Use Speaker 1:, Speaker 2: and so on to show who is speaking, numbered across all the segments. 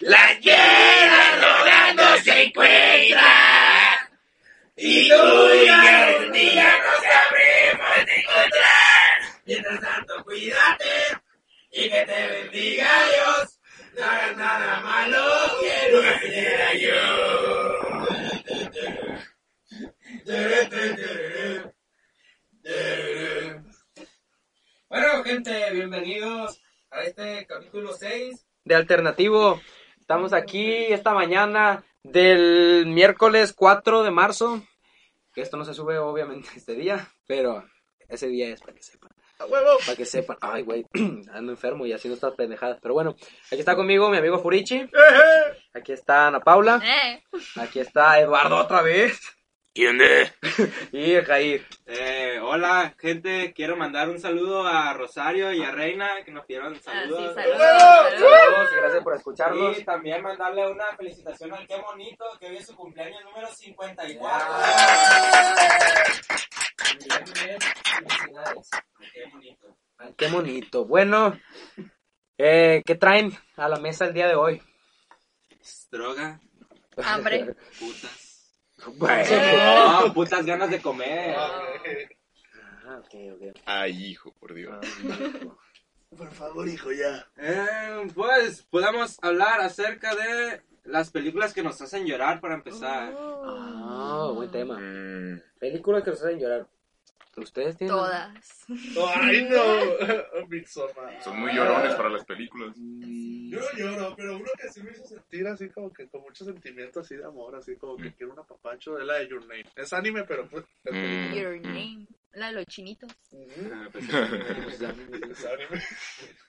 Speaker 1: La hierba lola no se encuentra. Y nunca un día nos sabremos de encontrar. Mientras tanto, cuídate y que te bendiga Dios. No hagas nada malo que no hiciera yo. Bueno, gente, bienvenidos a este capítulo 6
Speaker 2: de Alternativo. Estamos aquí esta mañana del miércoles 4 de marzo. Que esto no se sube obviamente este día, pero ese día es para que sepan. Para que sepan. Ay, güey, ando enfermo y así no estas pendejadas. Pero bueno, aquí está conmigo mi amigo Furichi. Aquí está Ana Paula.
Speaker 3: Eh,
Speaker 2: Aquí está Eduardo otra vez.
Speaker 4: ¿Quién es?
Speaker 2: Y el Jair.
Speaker 1: Eh, hola, gente. Quiero mandar un saludo a Rosario y a Reina que nos pidieron saludos.
Speaker 3: Ah, sí, saludos, saludos.
Speaker 2: Saludos y gracias por escucharnos.
Speaker 1: Y también mandarle una felicitación al Qué Bonito, que hoy es su cumpleaños número 54. Bien, bien. Felicidades. al Qué Bonito.
Speaker 2: Ay, Qué bonito. Bueno, eh, ¿qué traen a la mesa el día de hoy?
Speaker 1: Droga,
Speaker 3: hambre.
Speaker 1: putas.
Speaker 2: Bueno.
Speaker 1: No, putas ganas de comer.
Speaker 2: Ah, ok, ok.
Speaker 4: Ay, hijo, por Dios.
Speaker 5: Por favor, hijo, ya.
Speaker 1: Eh, pues, podemos hablar acerca de las películas que nos hacen llorar para empezar.
Speaker 2: Ah, buen tema.
Speaker 4: Mm.
Speaker 2: Películas que nos hacen llorar. ¿Ustedes tienen?
Speaker 3: Todas.
Speaker 5: Ay, no. Midsommar.
Speaker 4: Son muy llorones para las películas.
Speaker 5: Yo no lloro, pero uno que sí me hizo sentir así como que con mucho sentimiento así de amor, así como que quiero un apapacho, es la de Your Name. Es anime, pero pues... es
Speaker 4: Mm.
Speaker 3: Your name. La de los chinitos.
Speaker 5: Mm. película.
Speaker 1: Ah, pues,
Speaker 2: Pues, ya,
Speaker 5: Es anime.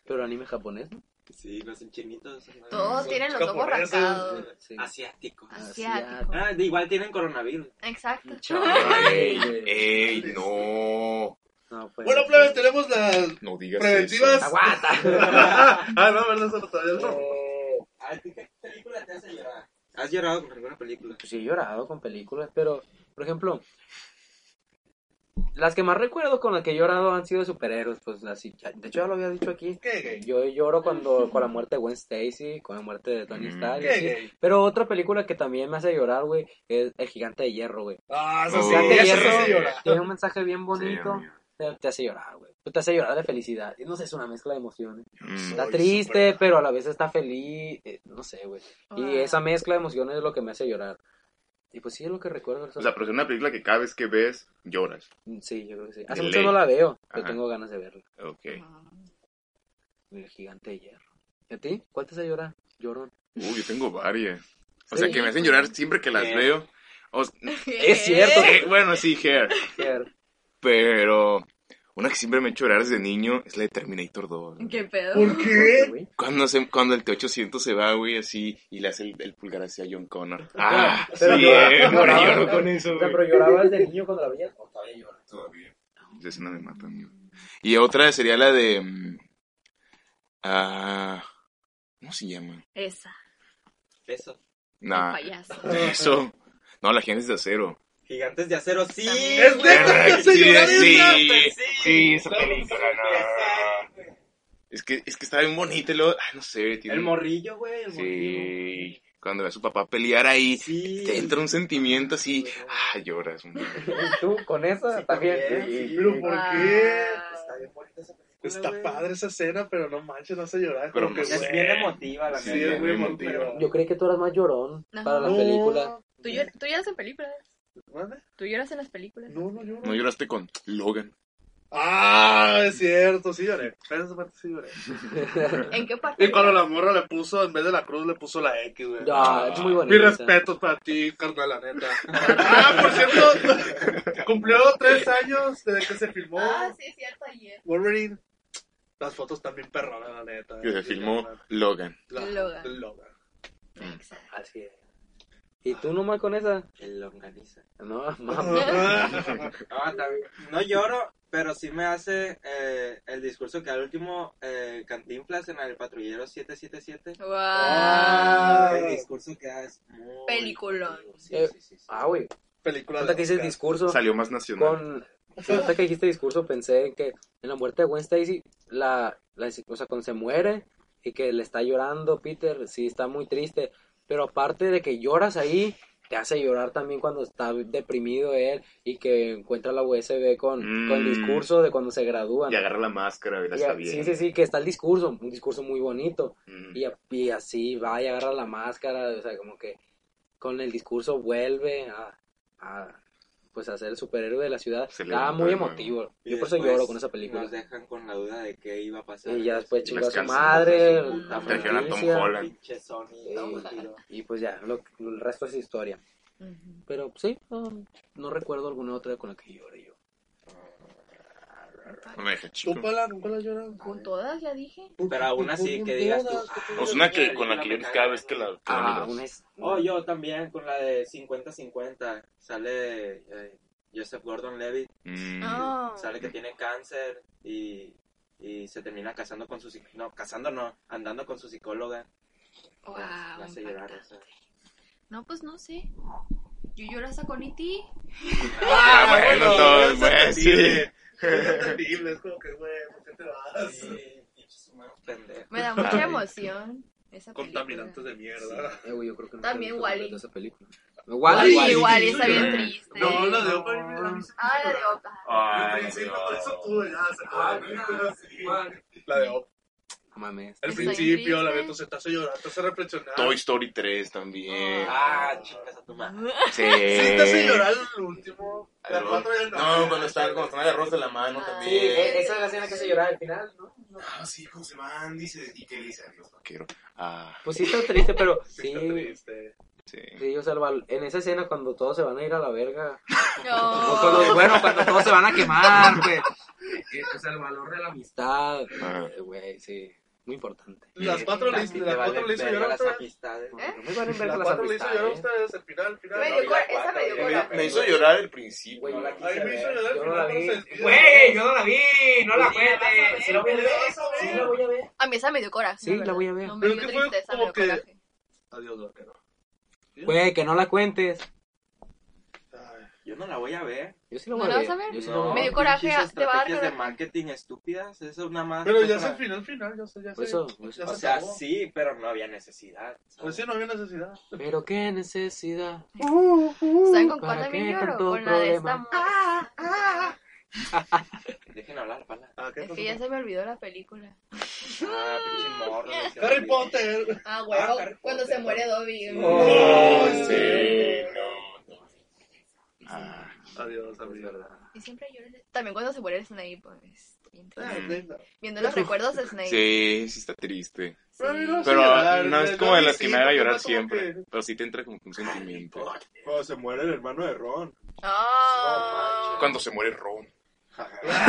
Speaker 2: Pero anime japonés, ¿no?
Speaker 1: sí, los chinitos. ¿no?
Speaker 3: Todos
Speaker 5: Son
Speaker 3: tienen los ojos
Speaker 5: japoneses.
Speaker 3: rasgados.
Speaker 2: Sí.
Speaker 1: Asiáticos.
Speaker 3: Asiático.
Speaker 1: Ah, de igual tienen coronavirus.
Speaker 3: Exacto.
Speaker 4: Ay, ey, no.
Speaker 2: No, pues.
Speaker 5: Bueno, plebes, tenemos las
Speaker 4: No digas
Speaker 5: preventivas.
Speaker 4: eso.
Speaker 2: Aguanta.
Speaker 5: ah, no, verdad, solo todavía no.
Speaker 1: ¿A ti Ah, qué película te hace llorar? ¿Has llorado con alguna película?
Speaker 2: Pues sí, he llorado con películas, pero, por ejemplo, las que más recuerdo con las que he llorado han sido de superhéroes. Pues así, ya- de hecho, ya lo había dicho aquí.
Speaker 5: ¿Qué gay?
Speaker 2: Yo lloro cuando con la muerte de Gwen Stacy, con la muerte de Tony
Speaker 4: Mm.
Speaker 2: Stark. y
Speaker 5: ¿Qué
Speaker 2: así.
Speaker 5: gay?
Speaker 2: Pero otra película que también me hace llorar, güey, es El Gigante de Hierro, güey.
Speaker 5: Ah, eso
Speaker 4: Oh.
Speaker 2: El
Speaker 5: sí,
Speaker 2: Gigante de
Speaker 5: eso
Speaker 2: Hierro
Speaker 5: sí se llora.
Speaker 2: tiene un mensaje bien
Speaker 4: Sí,
Speaker 2: bonito.
Speaker 4: amigo.
Speaker 2: te, te hace llorar, güey. Te hace llorar de felicidad. No sé, es una mezcla de emociones.
Speaker 4: Mm.
Speaker 2: Está
Speaker 5: Ay,
Speaker 2: triste,
Speaker 5: súper.
Speaker 2: pero a la vez está feliz. eh, no sé, güey.
Speaker 3: Wow.
Speaker 2: Y esa mezcla de emociones es lo que me hace llorar. Y pues sí, es lo que recuerdo. Mm,
Speaker 4: O sea, pero es una película que cada vez que ves, lloras.
Speaker 2: Sí, yo creo que sí. Hace
Speaker 4: de
Speaker 2: mucho
Speaker 4: ley.
Speaker 2: no la veo, pero
Speaker 4: Ajá.
Speaker 2: tengo ganas de verla.
Speaker 4: Ok.
Speaker 2: El gigante de hierro. ¿Y a ti? ¿Cuál te hace llorar? Llorón.
Speaker 4: Uy, yo tengo varias. O
Speaker 2: Sí.
Speaker 4: sea, que me hacen llorar siempre que las
Speaker 1: Hair.
Speaker 4: veo. O s-
Speaker 2: Es cierto.
Speaker 4: eh, bueno, sí, Hair.
Speaker 2: Hair.
Speaker 4: Pero una que siempre me ha hecho llorar desde niño es la de Terminator 2.
Speaker 3: ¿Qué pedo?
Speaker 5: ¿Por qué?
Speaker 2: Güey.
Speaker 4: Cuando, se, cuando el T-800 se va, güey, así, y le hace el, el pulgar hacia John Connor. Ah,
Speaker 2: Pero
Speaker 4: sí,
Speaker 2: lloraba-
Speaker 4: eh,
Speaker 2: lloraba,
Speaker 4: ahora lloro
Speaker 2: ¿no?
Speaker 4: con eso,
Speaker 2: O sea,
Speaker 4: güey.
Speaker 2: pero llorabas de niño cuando la veías. O todavía lloras.
Speaker 4: Todavía. Esa escena me mata, amigo. Y otra sería la de... mm, Ah... ¿Cómo se llama?
Speaker 3: Esa.
Speaker 1: Eso.
Speaker 3: El
Speaker 4: Nah,
Speaker 3: payaso.
Speaker 4: eso. No, la gente es de acero.
Speaker 1: Gigantes de acero, sí.
Speaker 3: También.
Speaker 5: Es neta que hace
Speaker 4: Sí,
Speaker 5: llorar
Speaker 4: sí.
Speaker 5: esa.
Speaker 4: Sí, esa película, no. Es que, es que está bien bonita y luego... ay, no sé, tiene...
Speaker 1: El morrillo, güey. El morrillo.
Speaker 4: Sí. Cuando ve a su papá pelear ahí,
Speaker 1: Sí.
Speaker 4: te entra un sentimiento así... Ah, lloras. un-
Speaker 2: ¿Y tú con esa
Speaker 1: Sí,
Speaker 2: también?
Speaker 1: también,
Speaker 2: Y-
Speaker 1: sí.
Speaker 5: Pero ¿por
Speaker 3: Wow.
Speaker 5: qué?
Speaker 1: Está bien bonita esa película.
Speaker 5: Pues Está
Speaker 1: güey.
Speaker 5: padre esa escena, pero no manches, no hace llorar.
Speaker 4: Pero
Speaker 5: como que,
Speaker 4: pues,
Speaker 1: Es
Speaker 5: güey.
Speaker 1: bien emotiva la
Speaker 4: Sí,
Speaker 1: neta.
Speaker 4: es muy emotiva.
Speaker 2: Yo creí que tú eras más llorón
Speaker 3: Ajá.
Speaker 2: para las
Speaker 5: No.
Speaker 2: películas.
Speaker 3: ¿Tú, llor- tú lloras en películas.
Speaker 5: ¿Mande?
Speaker 3: Tú lloras en las películas.
Speaker 5: No, no lloro.
Speaker 4: No lloraste con Logan.
Speaker 5: Ah, es cierto, sí lloré. Pero esa parte sí lloré.
Speaker 3: ¿En qué parte? Ah,
Speaker 5: Y cuando la morra le puso, en vez de la cruz, le puso la X, güey.
Speaker 2: Ah, es muy bonito.
Speaker 5: Mis respetos para ti, carnal, la neta. Ah, por cierto, cumplió tres años desde que se filmó
Speaker 3: Ah, sí, es cierto, ayer.
Speaker 5: Wolverine. Las fotos también perronas, la neta.
Speaker 4: Que se
Speaker 5: Sí,
Speaker 4: filmó
Speaker 5: carnal.
Speaker 4: Logan.
Speaker 5: La-
Speaker 3: Logan.
Speaker 5: Logan. Ah.
Speaker 3: Exacto.
Speaker 2: Así es. ¿Y tú nomás con esa? El organiza. No, mames.
Speaker 1: Ah, también. No lloro, pero sí me hace eh, el discurso que al último eh, Cantinflas en el patrullero 777.
Speaker 3: Wow.
Speaker 5: Ah.
Speaker 1: El discurso que hace. muy-
Speaker 3: Peliculón.
Speaker 1: Sí, sí, sí, sí.
Speaker 2: Ah, güey.
Speaker 5: Película
Speaker 2: Cuenta
Speaker 5: de
Speaker 2: que hice el
Speaker 5: Oscar.
Speaker 2: discurso
Speaker 4: Salió más nacional.
Speaker 2: con, Sí, ahorita que dijiste discurso pensé en que en la muerte de Gwen Stacy, la, la, o sea, cuando se muere y que le está llorando Peter, sí está muy triste, pero aparte de que lloras ahí, te hace llorar también cuando está deprimido él y que encuentra la USB con, con el
Speaker 6: Mm.
Speaker 2: discurso de cuando se gradúan.
Speaker 6: Y agarra la máscara y la
Speaker 2: Y
Speaker 6: está
Speaker 2: a-
Speaker 6: bien.
Speaker 2: sí, sí, sí, que está el discurso, un discurso muy bonito.
Speaker 6: Mm.
Speaker 2: Y, a- y así va y agarra la máscara, o sea, como que con el discurso vuelve a, a, pues a ser el superhéroe de la ciudad.
Speaker 6: Se
Speaker 2: Estaba
Speaker 6: levanta
Speaker 2: muy
Speaker 6: de nuevo.
Speaker 2: emotivo.
Speaker 7: Y
Speaker 2: Yo por eso
Speaker 7: después
Speaker 2: lloro con esa película.
Speaker 7: Nos dejan con la duda de qué iba a pasar.
Speaker 2: Y ya después
Speaker 6: Y
Speaker 2: chingó
Speaker 6: las
Speaker 2: a su
Speaker 6: canciones,
Speaker 2: madre,
Speaker 3: su
Speaker 2: la
Speaker 6: madre. Trajeron a Tom
Speaker 2: franquicia,
Speaker 6: Holland.
Speaker 7: Pinche Sony.
Speaker 2: y-
Speaker 7: el tiro.
Speaker 2: Y pues ya, lo- el resto es historia.
Speaker 3: Ujú.
Speaker 2: Pero sí, no, no recuerdo alguna otra con la que llore yo.
Speaker 4: No me deja chico.
Speaker 5: ¿Tú, Pala, nunca la has llorado?
Speaker 3: Con todas la dije.
Speaker 7: Pero aún así, que digas tú.
Speaker 4: O sea, una que, con la que yo cada vez que la, que la
Speaker 2: Ah,
Speaker 4: miras.
Speaker 2: una es...
Speaker 7: Oh, yo también, con la de 50-50. Sale eh, Joseph Gordon-Levitt.
Speaker 4: Mm.
Speaker 3: Ah.
Speaker 7: Sale que tiene cáncer y, y se termina casando con su... psic- No, casando no, andando con su psicóloga.
Speaker 3: Wow,
Speaker 7: la hace llorar
Speaker 3: impactante.
Speaker 7: esa.
Speaker 3: No, pues no sé. Yo lloro hasta con E E.T.
Speaker 4: Ah, bueno, no,
Speaker 5: es
Speaker 4: güey, sí.
Speaker 5: entendible. Es entendible, es como que, güey, ¿por qué te vas?
Speaker 7: Sí, pinches humanos pendejos.
Speaker 3: Me da mucha emoción. Esa película.
Speaker 5: Contaminantes de mierda.
Speaker 2: Eh, güey, yo creo que nunca
Speaker 3: También
Speaker 2: he visto
Speaker 3: Wall-E.
Speaker 2: completo esa película.
Speaker 3: Ay,
Speaker 2: Wally,
Speaker 5: Wall-E.
Speaker 3: igual, está bien
Speaker 4: Sí.
Speaker 3: triste.
Speaker 5: No, la de Opa, mira, la misma
Speaker 3: Ah, la de
Speaker 5: película.
Speaker 3: Opa.
Speaker 5: Al
Speaker 6: Ay,
Speaker 5: principio,
Speaker 6: Dios.
Speaker 5: por eso tú, ya, se acabó la película, sí. La de Op.
Speaker 2: No mames.
Speaker 5: El
Speaker 3: Estoy
Speaker 5: principio, la de
Speaker 3: triste.
Speaker 5: entonces te hace llorar, te hace reflexionar.
Speaker 4: Toy Story 3 también.
Speaker 7: Ah, chicas a tu madre.
Speaker 4: Sí.
Speaker 5: Sí, te hace llorar el último. La cuatro ya
Speaker 6: No, cuando están, cuando están agarrados de la mano también.
Speaker 3: Sí, eh,
Speaker 2: es la escena que se llora al final, ¿no?
Speaker 6: Ah, sí, ¿cómo se van? Dice, ¿y qué dicen? Los vaqueros. Ah,
Speaker 2: Pues sí está triste, pero
Speaker 5: Sí,
Speaker 2: sí,
Speaker 5: está triste.
Speaker 4: Sí.
Speaker 2: sí, o sea, el val- en esa escena cuando todos se van a ir a la verga,
Speaker 3: Oh.
Speaker 2: o cuando-
Speaker 3: No.
Speaker 2: bueno, cuando todos se van a quemar, güey. Eh, O sea, el valor de la amistad,
Speaker 4: Ah.
Speaker 2: eh, güey, sí, muy importante.
Speaker 5: Las cuatro le
Speaker 7: Las
Speaker 5: hizo- las cuatro le hizo llorar a
Speaker 7: las
Speaker 5: ustedes.
Speaker 7: amistades.
Speaker 3: ¿Eh?
Speaker 2: No me van a ver
Speaker 5: Las
Speaker 2: las
Speaker 5: cuatro le hizo llorar a
Speaker 2: amistades.
Speaker 5: ustedes, el final, el final.
Speaker 3: Me
Speaker 5: No,
Speaker 3: dio cor-
Speaker 5: ya.
Speaker 3: esa me dio
Speaker 7: ya,
Speaker 3: coraje.
Speaker 4: Me hizo llorar el principio.
Speaker 2: Güey, yo la
Speaker 5: Ay,
Speaker 2: quise
Speaker 5: me hizo
Speaker 2: ver.
Speaker 5: llorar el
Speaker 2: Yo no la
Speaker 5: final.
Speaker 2: vi.
Speaker 5: cuando se despide.
Speaker 2: Güey, yo no la vi, no la
Speaker 3: Sí, la vas a ver.
Speaker 2: cuentes. Sí la voy a ver.
Speaker 5: Vas a
Speaker 2: Sí
Speaker 5: ver.
Speaker 2: la voy a ver.
Speaker 3: A mí esa me dio coraje.
Speaker 2: Sí, la
Speaker 3: verdad.
Speaker 2: voy a ver.
Speaker 3: No me
Speaker 5: Pero
Speaker 3: dio
Speaker 5: que fue
Speaker 3: tristeza, me
Speaker 5: como
Speaker 3: dio
Speaker 5: que-
Speaker 3: coraje.
Speaker 5: Adiós, vaquero.
Speaker 2: Güey, que no la cuentes.
Speaker 5: Ay.
Speaker 7: Yo no la voy a ver.
Speaker 2: Yo sí la
Speaker 3: ¿No
Speaker 2: voy
Speaker 3: la
Speaker 2: a ver.
Speaker 3: vas a ver?
Speaker 2: Yo sí la
Speaker 7: No,
Speaker 2: voy a
Speaker 3: Me
Speaker 2: ver.
Speaker 3: dio coraje,
Speaker 7: pinches
Speaker 3: te va a dar
Speaker 7: estrategias de
Speaker 3: coraje.
Speaker 7: marketing estúpidas, es una más.
Speaker 5: Pero
Speaker 7: cosa-
Speaker 5: ya es el final, final, ya sé, ya sé.
Speaker 2: Por eso, por eso.
Speaker 5: Ya
Speaker 7: O
Speaker 5: se
Speaker 7: sea,
Speaker 5: acabó.
Speaker 7: sí, pero no había necesidad.
Speaker 5: Pues
Speaker 7: ¿sabes?
Speaker 5: sí, no había necesidad.
Speaker 2: Pero qué necesidad.
Speaker 3: ¿Saben con cuál
Speaker 2: Uh, ¿Para
Speaker 3: también
Speaker 2: qué
Speaker 3: lloro?
Speaker 2: tanto
Speaker 3: Con la de esta
Speaker 2: problema? Ah.
Speaker 3: mu-
Speaker 7: Dejen hablar, pala.
Speaker 5: Ah, ¿qué
Speaker 3: Es
Speaker 5: pasó?
Speaker 3: que ya se me olvidó la película.
Speaker 7: Ah, pinche morro. no se
Speaker 5: Harry
Speaker 7: ríe.
Speaker 5: Potter.
Speaker 3: Ah,
Speaker 7: huevo, Ah, Harry cuando Potter. se muere
Speaker 3: Dobby.
Speaker 2: Oh,
Speaker 4: sí, no. no. Ah,
Speaker 5: Adiós,
Speaker 2: Es
Speaker 5: amigo.
Speaker 2: verdad.
Speaker 3: Y siempre lloro. También cuando se muere Snape. pues, estoy en
Speaker 5: Ah,
Speaker 3: tristeza.
Speaker 5: venga.
Speaker 3: Viendo los recuerdos de Snape.
Speaker 4: sí, sí está triste.
Speaker 3: Sí.
Speaker 5: Pero a mí
Speaker 4: Pero
Speaker 5: no Sí, llorar,
Speaker 4: no es
Speaker 5: güey,
Speaker 4: como de
Speaker 5: no,
Speaker 4: las que
Speaker 5: sí,
Speaker 4: me haga
Speaker 5: no,
Speaker 4: llorar
Speaker 5: no, como
Speaker 4: siempre.
Speaker 5: que-
Speaker 4: Pero sí te entra como que un sentimiento.
Speaker 7: Cuando se muere el hermano de Ron.
Speaker 3: Ah.
Speaker 7: No
Speaker 4: Cuando se muere Ron.
Speaker 3: No, eso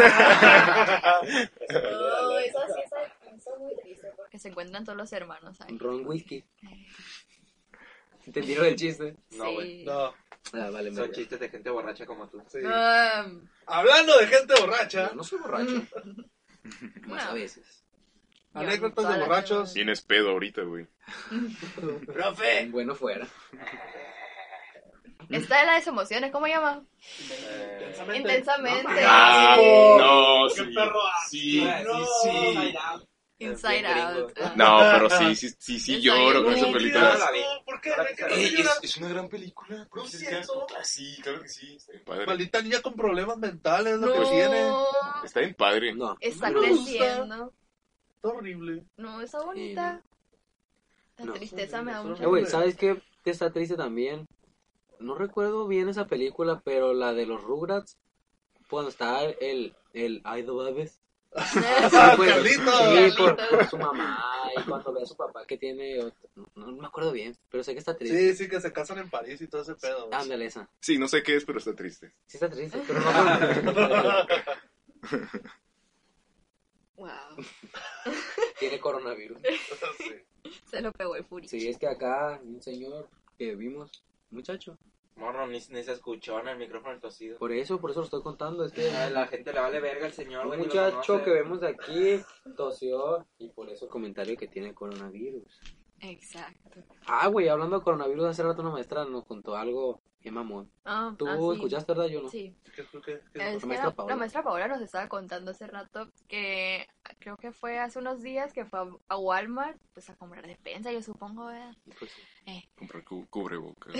Speaker 3: sí, eso- eso es muy triste. Porque se encuentran todos los hermanos ahí.
Speaker 2: Ron Whiskey. ¿Entendieron el chiste?
Speaker 7: No, güey.
Speaker 3: Sí.
Speaker 5: No,
Speaker 2: Ah, vale, me
Speaker 7: Son chistes de gente borracha como tú.
Speaker 5: sí.
Speaker 3: Ah,
Speaker 5: Hablando de gente borracha,
Speaker 2: Yo no soy borracho. Más
Speaker 3: No.
Speaker 2: a veces.
Speaker 3: yo
Speaker 5: Anécdotas
Speaker 3: toda
Speaker 5: de
Speaker 3: la
Speaker 5: borrachos.
Speaker 3: semana.
Speaker 4: Tienes pedo ahorita, güey.
Speaker 5: profe.
Speaker 2: Bueno fuera.
Speaker 3: Está de las emociones, ¿cómo llama? Intensamente.
Speaker 4: Ah, no,
Speaker 5: ¡Qué
Speaker 4: sí.
Speaker 5: perro asco!
Speaker 4: Sí, sí, sí.
Speaker 3: Inside Out. Ah.
Speaker 4: No, pero sí, sí, sí, sí lloro con esa
Speaker 3: No,
Speaker 4: película.
Speaker 5: Qué asco, ¿Por qué? ¿Por qué no
Speaker 4: Ey,
Speaker 5: lloras?
Speaker 4: es, es una gran película. ¿Cómo se llama? Ah, Sí, claro que sí. Está bien padre.
Speaker 5: Maldita niña con problemas mentales, lo que
Speaker 3: No.
Speaker 5: tiene.
Speaker 4: Está bien padre.
Speaker 2: No.
Speaker 3: Está
Speaker 5: No me gusta.
Speaker 3: creciendo.
Speaker 5: Está horrible.
Speaker 3: No, está bonita. La
Speaker 2: No.
Speaker 3: tristeza me da
Speaker 5: No.
Speaker 3: mucho.
Speaker 2: Eh, güey, ¿sabes qué? Que está triste también. No recuerdo bien esa película, pero la de los Rugrats. Cuando está el. el Aido Babes.
Speaker 3: pues.
Speaker 5: Ah,
Speaker 2: güey.
Speaker 5: Carlitos.
Speaker 2: Sí, por,
Speaker 3: Carlitos.
Speaker 2: por su mamá. Y cuando ve a su papá que tiene. otro- No, no me acuerdo bien, pero sé que está triste.
Speaker 5: Sí, sí, que se casan en París y todo ese pedo.
Speaker 2: Ándale, esa.
Speaker 4: Sí, no sé qué es, pero está triste.
Speaker 2: Sí está triste, pero no
Speaker 3: Wow.
Speaker 2: tiene coronavirus.
Speaker 5: Sí.
Speaker 3: Se lo pegó el Fury.
Speaker 2: Sí, es que acá un señor que vimos, muchacho.
Speaker 7: Morro, ni, ni se escuchó en el micrófono tosido.
Speaker 2: Por eso, por eso lo estoy contando,
Speaker 4: Pues,
Speaker 2: es que
Speaker 7: A la gente le vale verga el señor,
Speaker 2: un
Speaker 7: güey. ni lo
Speaker 2: muchacho
Speaker 7: conoce.
Speaker 2: que vemos de aquí tosió y por eso el comentario que tiene coronavirus.
Speaker 3: Exacto.
Speaker 2: Ah, güey, hablando de coronavirus, hace rato una maestra nos contó algo Bien mamón.
Speaker 3: Ah,
Speaker 2: Tú
Speaker 3: ah, sí.
Speaker 2: escuchaste, ¿verdad? Yo no.
Speaker 3: Sí.
Speaker 5: ¿Qué es lo que- qué es lo
Speaker 3: Es
Speaker 2: La
Speaker 3: que
Speaker 2: maestra
Speaker 3: la,
Speaker 2: Paola.
Speaker 3: la maestra Paola nos estaba contando hace rato que creo que fue hace unos días que fue a, a Walmart pues a comprar despensa, yo supongo, ¿verdad?
Speaker 2: Pues sí.
Speaker 4: Comprar cu- cubrebocas.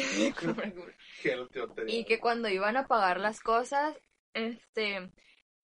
Speaker 5: que el tío te-
Speaker 3: y que cuando iban a pagar las cosas, este,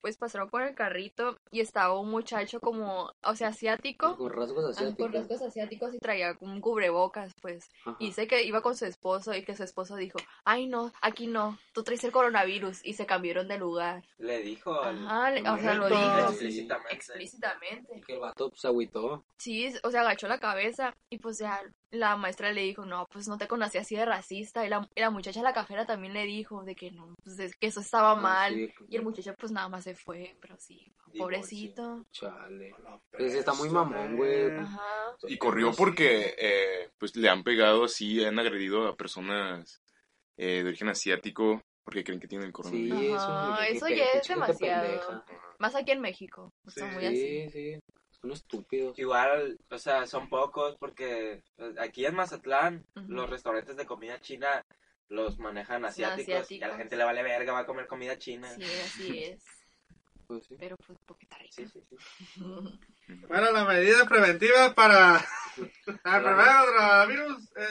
Speaker 3: pues pasaron por el carrito y estaba un muchacho como, o sea, asiático,
Speaker 2: Con rasgos
Speaker 3: ah,
Speaker 2: asiáticos.
Speaker 3: con rasgos asiáticos y traía un cubrebocas, pues.
Speaker 2: Ajá.
Speaker 3: Y sé que iba con su esposo y que su esposo dijo, ay no, aquí no, tú traes el coronavirus y se cambiaron de lugar.
Speaker 7: Le dijo al...
Speaker 3: Ajá, le- o sea, lo
Speaker 5: Neta.
Speaker 3: dijo
Speaker 7: Explícitamente.
Speaker 3: explícitamente.
Speaker 2: Que el vato se agüitó.
Speaker 3: Sí, o sea, agachó la cabeza y pues ya la maestra le dijo, no, pues no te conocí así de racista. Y la, y la muchacha, la cajera, también le dijo de que no, pues es que eso estaba mal.
Speaker 2: Ah, sí.
Speaker 3: Y el muchacho pues nada más se fue, pero sí, pobrecito.
Speaker 2: Chale.
Speaker 5: No,
Speaker 2: Ese está muy mamón, güey.
Speaker 5: eh.
Speaker 3: Ajá.
Speaker 4: Y corrió porque eh, pues le han pegado así, han agredido a personas eh, de origen asiático porque creen que tienen el
Speaker 2: Sí,
Speaker 8: Ah,
Speaker 4: coronavirus.
Speaker 2: eso,
Speaker 3: Ajá,
Speaker 2: que- que
Speaker 3: eso
Speaker 2: pe-
Speaker 3: ya
Speaker 2: que
Speaker 3: es
Speaker 2: gente
Speaker 3: demasiado.
Speaker 2: pendeja.
Speaker 3: Más aquí en México, está
Speaker 5: Sí.
Speaker 3: muy así.
Speaker 2: Sí, sí. Son estúpidos.
Speaker 7: Igual, o sea, son pocos porque pues, aquí en Mazatlán
Speaker 3: Ujú.
Speaker 7: los restaurantes de comida china los manejan asiáticos, y a la
Speaker 3: asiáticos.
Speaker 7: gente le vale verga, va a comer comida china.
Speaker 3: Sí, así es.
Speaker 2: Pues sí.
Speaker 3: Pero pues porque está rico.
Speaker 7: Sí, sí, sí.
Speaker 5: Bueno, la medida preventiva para el primer coronavirus eh,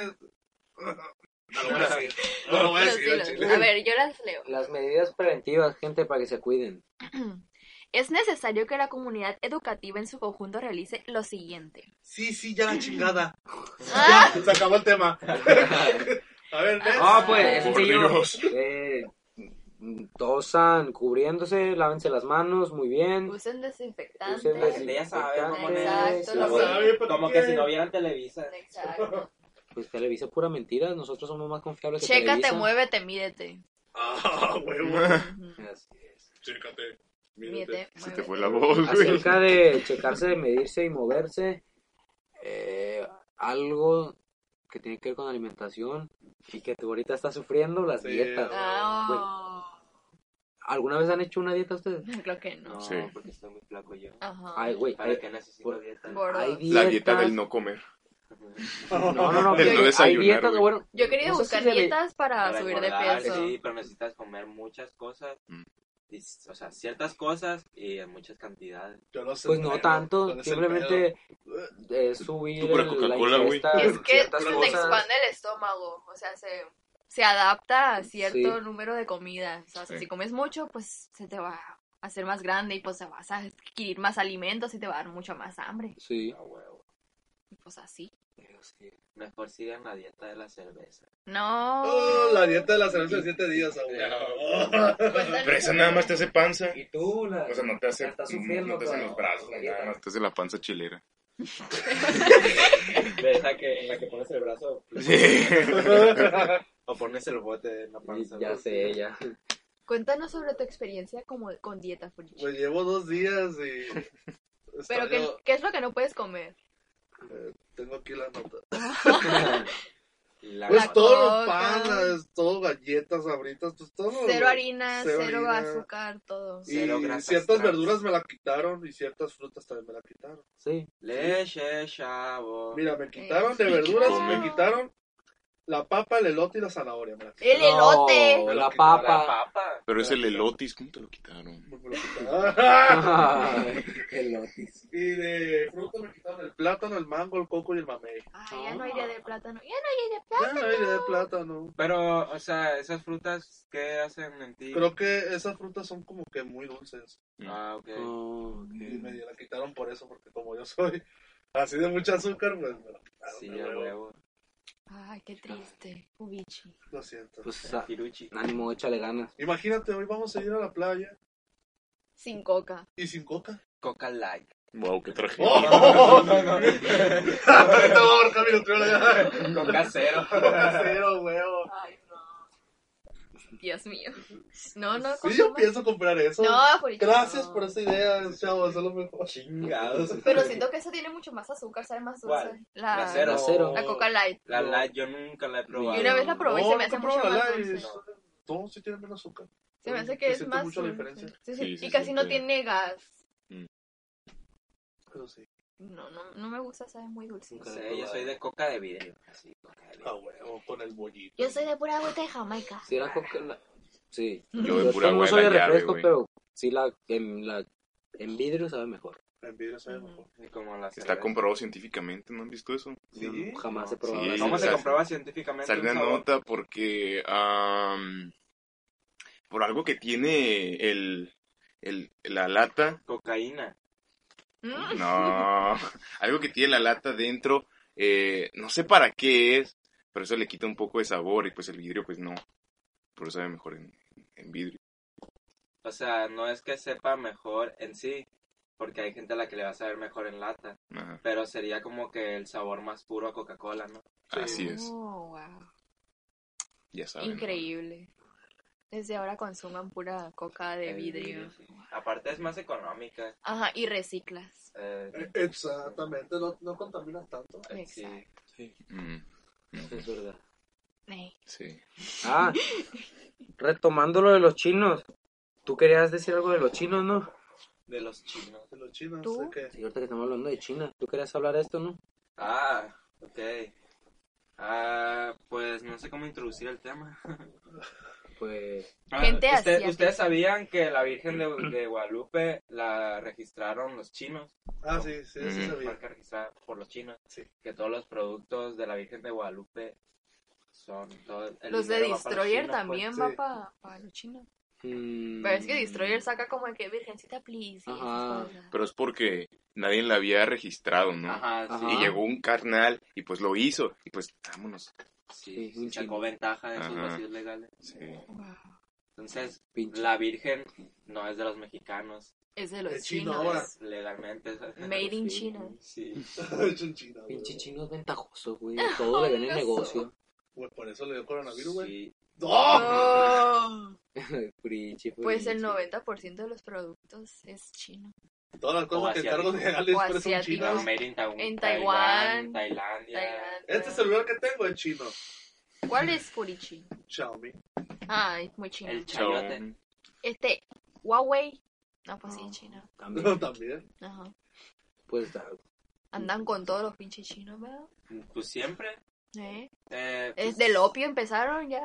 Speaker 5: es... No lo voy a decir. No lo voy a
Speaker 3: Pero
Speaker 5: decir.
Speaker 3: sí,
Speaker 5: al
Speaker 3: los-
Speaker 5: chile.
Speaker 3: a ver, yo las leo.
Speaker 2: Las medidas preventivas, gente, para que se cuiden.
Speaker 3: Es necesario que la comunidad educativa en su conjunto realice lo siguiente.
Speaker 5: Sí, sí, ya la chingada.
Speaker 3: Ah.
Speaker 5: Ya, se acabó el tema. A ver, next.
Speaker 2: Ah, pues,
Speaker 4: Por
Speaker 2: sencillo.
Speaker 4: Dios.
Speaker 2: Eh, mm, tosan cubriéndose, lávense las manos, muy bien.
Speaker 3: Usen desinfectante.
Speaker 4: Pues,
Speaker 2: Usen
Speaker 7: La gente ya sabe,
Speaker 2: desinfectante.
Speaker 7: mamones.
Speaker 3: Exacto,
Speaker 2: Sí,
Speaker 3: lo
Speaker 2: sí.
Speaker 5: sabe, ¿para
Speaker 7: Como
Speaker 5: qué?
Speaker 7: que si no vieran Televisa.
Speaker 3: Exacto.
Speaker 2: Pues Televisa es pura mentira, nosotros somos más confiables que
Speaker 3: Chécate,
Speaker 2: Televisa.
Speaker 3: muévete, mídete.
Speaker 5: Ah, huevo.
Speaker 3: Ujú.
Speaker 2: Así es.
Speaker 5: Chécate. Mírate.
Speaker 3: Mídete,
Speaker 4: Se te
Speaker 3: muévete.
Speaker 4: fue la voz, güey.
Speaker 2: Acerca de checarse, de medirse y moverse, eh, algo que tiene que ver con alimentación y que tú ahorita estás sufriendo, las
Speaker 5: Sí.
Speaker 2: dietas.
Speaker 3: Ah,
Speaker 2: ¿Alguna vez han hecho una dieta ustedes?
Speaker 3: creo que no.
Speaker 7: No,
Speaker 4: Sí.
Speaker 7: porque estoy muy flaco yo.
Speaker 3: Ajá.
Speaker 2: Ay, güey.
Speaker 7: Para
Speaker 2: Hay,
Speaker 7: que necesito
Speaker 2: por-
Speaker 7: dieta.
Speaker 3: Gordo.
Speaker 2: hay
Speaker 4: La dieta del
Speaker 2: dietas-
Speaker 4: no comer.
Speaker 2: No, no, no.
Speaker 4: Del
Speaker 2: pero
Speaker 4: no
Speaker 2: hay
Speaker 4: desayunar,
Speaker 2: dietas,
Speaker 4: güey.
Speaker 2: bueno.
Speaker 3: Yo he querido
Speaker 2: no sé
Speaker 3: buscar
Speaker 2: si se le-
Speaker 3: dietas para, subir de
Speaker 7: engordar,
Speaker 3: peso.
Speaker 7: Sí, pero necesitas comer muchas cosas.
Speaker 4: Mm.
Speaker 7: y, o sea, ciertas cosas y en muchas cantidades.
Speaker 5: Yo no sé.
Speaker 2: Pues no
Speaker 5: pero-
Speaker 2: tanto,
Speaker 5: ¿dónde es el
Speaker 2: simplemente eh, subir
Speaker 4: Tú pura
Speaker 2: el-
Speaker 4: Coca-Cola,
Speaker 2: la
Speaker 4: güey.
Speaker 2: ingesta de
Speaker 3: Es que se
Speaker 2: ciertas
Speaker 3: te
Speaker 2: cosas.
Speaker 3: expande el estómago. O sea, se, se adapta a cierto
Speaker 2: Sí.
Speaker 3: número de comida. O sea,
Speaker 4: Sí.
Speaker 3: si comes mucho, pues se te va a hacer más grande y pues te vas a adquirir más alimentos y te va a dar mucha más hambre.
Speaker 2: Sí.
Speaker 7: A huevo.
Speaker 3: Y pues así.
Speaker 7: Mejor sigan la dieta de la cerveza.
Speaker 3: No.
Speaker 5: Oh, la dieta de la cerveza de 7 días, ah, huevo.
Speaker 3: Cuéntanos.
Speaker 8: Pero esa nada más te hace panza.
Speaker 2: Y tú, la...
Speaker 8: O sea, no te hace,
Speaker 2: La estás
Speaker 8: no,
Speaker 2: sufriendo,
Speaker 8: te hacen
Speaker 2: pero-
Speaker 8: los brazos,
Speaker 2: la dieta.
Speaker 8: nada más.
Speaker 4: Entonces la panza chilera.
Speaker 7: De esa que, en la que pones el brazo
Speaker 4: Sí.
Speaker 5: oh.
Speaker 7: o pones el bote en la panza.
Speaker 2: ya
Speaker 7: ¿no?
Speaker 2: sé, ya.
Speaker 3: Cuéntanos sobre tu experiencia como con dieta, Furich.
Speaker 5: Pues llevo dos días y.
Speaker 3: Pero,
Speaker 5: Estaba
Speaker 3: ¿qué,
Speaker 5: yo-
Speaker 3: qué es lo que no puedes comer?
Speaker 5: Tengo aquí las notas.
Speaker 7: La-
Speaker 5: Pues todo
Speaker 3: coca.
Speaker 5: los panes, todo galletas, sabritas, pues todo.
Speaker 3: Cero
Speaker 5: lo-
Speaker 3: harina,
Speaker 5: cero
Speaker 3: cero,
Speaker 5: harina.
Speaker 3: azúcar, todo.
Speaker 5: Y
Speaker 7: Cero grasas
Speaker 5: ciertas
Speaker 7: trans.
Speaker 5: verduras me la quitaron y ciertas frutas también me la quitaron.
Speaker 2: Sí.
Speaker 7: Leche, chavo.
Speaker 5: Mira, me quitaron
Speaker 3: Eh,
Speaker 5: de verduras, me quitaron la papa, el elote y la zanahoria. Me la
Speaker 3: El
Speaker 2: No,
Speaker 3: elote.
Speaker 5: Me lo
Speaker 2: la
Speaker 5: quitaron.
Speaker 7: La
Speaker 2: papa.
Speaker 7: papa.
Speaker 4: Pero es el elotis, ¿cómo te lo quitaron?
Speaker 5: Pues me lo quitaron.
Speaker 2: Ay, el otis.
Speaker 5: y de fruta me quitaron el plátano, el mango, el coco y el mamey.
Speaker 3: Ay, ya no hay día de plátano. Ya no hay día de
Speaker 5: Ya
Speaker 3: plátano.
Speaker 5: no hay de plátano.
Speaker 7: Pero, o sea, esas frutas, ¿qué hacen en ti?
Speaker 5: Creo que esas frutas son como que muy dulces.
Speaker 7: Ah, ok.
Speaker 2: Oh,
Speaker 5: Y me
Speaker 2: ok.
Speaker 5: la quitaron por eso, porque como yo soy así de mucho azúcar, pues me la quitaron.
Speaker 7: Sí,
Speaker 5: de
Speaker 7: a
Speaker 5: huevo.
Speaker 7: Ah, huevo.
Speaker 3: Ay, qué triste. Ubichi.
Speaker 5: Lo siento.
Speaker 2: Pues a-
Speaker 7: Kiruchi.
Speaker 2: ánimo, échale ganas.
Speaker 5: Imagínate, hoy vamos a ir a la playa
Speaker 3: Sin coca.
Speaker 5: y sin coca.
Speaker 7: Coca Light.
Speaker 4: Wow, qué tragedia.
Speaker 5: ¡Oh! No, no, no. Ahorita voy a marcar mi nutrióloga.
Speaker 7: Coca Cero.
Speaker 5: Cero, huevo.
Speaker 3: Ay, no. Dios mío. No, no.
Speaker 5: Sí,
Speaker 3: consumas.
Speaker 5: yo pienso comprar eso.
Speaker 3: No, Furichi,
Speaker 5: Gracias
Speaker 3: no.
Speaker 5: por esta idea, chavos, es lo mejor.
Speaker 7: Chingados.
Speaker 3: Pero siento que eso tiene mucho más azúcar, sabe más dulce.
Speaker 7: ¿Cuál?
Speaker 3: La,
Speaker 7: La cero.
Speaker 2: La cero.
Speaker 3: Ah, la coca light.
Speaker 7: La Light yo nunca la he probado.
Speaker 3: Y una vez la probé y se me hace
Speaker 5: compro
Speaker 3: mucho
Speaker 5: la
Speaker 3: más
Speaker 5: Light.
Speaker 3: dulce.
Speaker 5: No, sí tiene menos azúcar.
Speaker 3: Se me hace
Speaker 5: Se
Speaker 3: que es
Speaker 5: siente
Speaker 3: más
Speaker 5: mucho la
Speaker 3: dulce.
Speaker 5: diferencia.
Speaker 3: Sí, sí,
Speaker 4: Sí, se
Speaker 3: y casi no
Speaker 4: siente.
Speaker 3: tiene gas.
Speaker 5: Pero sí.
Speaker 3: No, no, no me gusta, sabe muy dulce.
Speaker 7: No sé, yo soy de coca de vidrio. Así, coca de
Speaker 5: A
Speaker 7: vidrio.
Speaker 5: huevo, con el bollito.
Speaker 3: Yo soy de pura agüita de Jamaica.
Speaker 2: Sí, la coca. la- Sí.
Speaker 4: Yo de pura
Speaker 2: no
Speaker 4: agua de
Speaker 2: soy de
Speaker 4: la llave,
Speaker 2: refresco,
Speaker 4: güey.
Speaker 2: pero sí, la, en, la, en vidrio sabe mejor.
Speaker 5: En vidrio sabe
Speaker 3: Ujú.
Speaker 5: mejor.
Speaker 7: Y como la
Speaker 4: Está
Speaker 7: cerveza.
Speaker 4: comprobado científicamente, ¿no han visto eso?
Speaker 5: Sí.
Speaker 2: Yo jamás he
Speaker 7: No,
Speaker 2: probado.
Speaker 4: sí,
Speaker 2: la
Speaker 7: ¿Cómo se
Speaker 2: cerveza.
Speaker 4: sal-
Speaker 7: comprueba científicamente?
Speaker 4: Salió
Speaker 7: un
Speaker 4: una
Speaker 7: sabor?
Speaker 4: nota porque am, por algo que tiene el, el la lata,
Speaker 7: Cocaína.
Speaker 3: Mm.
Speaker 4: no, algo que tiene la lata dentro, eh, no sé para qué es, pero eso le quita un poco de sabor y pues el vidrio pues no, por eso sabe mejor en, en vidrio.
Speaker 7: O sea, no es que sepa mejor en sí, porque hay gente a la que le va a saber mejor en lata,
Speaker 4: Ajá,
Speaker 7: pero sería como que el sabor más puro a Coca-Cola, ¿no?
Speaker 4: Así es,
Speaker 3: Oh, wow.
Speaker 4: ya saben. ¿no?
Speaker 3: Increíble. Desde ahora consuman pura coca de
Speaker 7: El
Speaker 3: vidrio.
Speaker 7: sí. Aparte es más económica.
Speaker 3: Ajá, y reciclas.
Speaker 7: eh,
Speaker 5: Eh, Exactamente, no, no contaminas tanto.
Speaker 7: eh, sí.
Speaker 3: Exacto.
Speaker 4: Mm,
Speaker 2: Es verdad.
Speaker 3: Ey.
Speaker 4: sí.
Speaker 2: Ah, retomando lo de los chinos. Tú querías decir algo de los chinos, ¿no?
Speaker 7: De los chinos.
Speaker 5: De los chinos,
Speaker 3: ¿Tú?
Speaker 5: sé que
Speaker 2: Sí, ahorita que estamos hablando de China. Tú querías hablar de esto, ¿no?
Speaker 7: Ah, ok. Ah, pues no sé cómo introducir el tema.
Speaker 2: Pues.
Speaker 7: Ah,
Speaker 3: Gente
Speaker 7: usted-
Speaker 3: asiática.
Speaker 7: ¿Ustedes sabían que la Virgen de, de Guadalupe la registraron los chinos?
Speaker 5: Ah, sí,
Speaker 4: Mm.
Speaker 5: sí, sí sabía.
Speaker 7: Marca registrada por los chinos.
Speaker 5: Sí.
Speaker 7: Que todos los productos de la Virgen de Guadalupe son todo- el
Speaker 3: Los de
Speaker 7: dinero va para los
Speaker 3: Destroyer
Speaker 7: chinos,
Speaker 3: también
Speaker 5: pues,
Speaker 3: va
Speaker 5: sí.
Speaker 3: para los chinos.
Speaker 2: mm,
Speaker 3: Pero es que Destroyer saca como de que Virgencita, please. y esas
Speaker 2: Ajá.
Speaker 3: cosas.
Speaker 4: Pero es porque nadie la había registrado, ¿no?
Speaker 7: pues. Ajá, sí.
Speaker 2: Ajá.
Speaker 4: Y llegó un carnal y pues lo hizo y pues vámonos.
Speaker 7: Sí,
Speaker 2: Sí, un
Speaker 7: sacó
Speaker 2: chino.
Speaker 7: ventaja de esos
Speaker 4: Ajá.
Speaker 7: vacíos legales.
Speaker 4: Sí.
Speaker 3: Wow.
Speaker 7: Entonces,
Speaker 2: Pinche.
Speaker 7: la Virgen no es de los mexicanos.
Speaker 3: Es de los
Speaker 5: De chino
Speaker 3: chinos.
Speaker 5: ahora.
Speaker 7: es legalmente.
Speaker 3: Made in China.
Speaker 7: Sí.
Speaker 5: Hecho en China, güey.
Speaker 2: Pinche chino es ventajoso, güey. Todo le ven el negocio.
Speaker 5: Güey, por eso le dio coronavirus, güey.
Speaker 7: Sí.
Speaker 5: ¡No!
Speaker 3: Oh.
Speaker 2: Furichi,
Speaker 3: Pues el
Speaker 2: furichi.
Speaker 3: 90% de los productos es chino.
Speaker 5: Todas las
Speaker 7: O
Speaker 5: cosas que
Speaker 7: asiático.
Speaker 5: encargo legales
Speaker 3: O
Speaker 5: por eso en
Speaker 3: asiático.
Speaker 5: China.
Speaker 7: No,
Speaker 5: güey.
Speaker 7: made in Taiw-
Speaker 3: En Taiwán,
Speaker 7: Taiwán, Tailandia.
Speaker 3: Tailandia.
Speaker 5: Este celular que tengo es chino.
Speaker 3: ¿Cuál es Furichi?
Speaker 5: Xiaomi.
Speaker 3: Ah, es muy chino.
Speaker 7: El
Speaker 4: Chao.
Speaker 7: chayote.
Speaker 3: Este, Huawei. No, pues sí,
Speaker 2: Ah.
Speaker 3: es chino.
Speaker 2: También,
Speaker 5: También.
Speaker 3: Ajá.
Speaker 2: pues, ah,
Speaker 3: Andan con todos los pinches chinos, ¿verdad?
Speaker 7: Pues siempre.
Speaker 3: ¿Eh?
Speaker 7: Eh,
Speaker 3: Es del opio empezaron ya.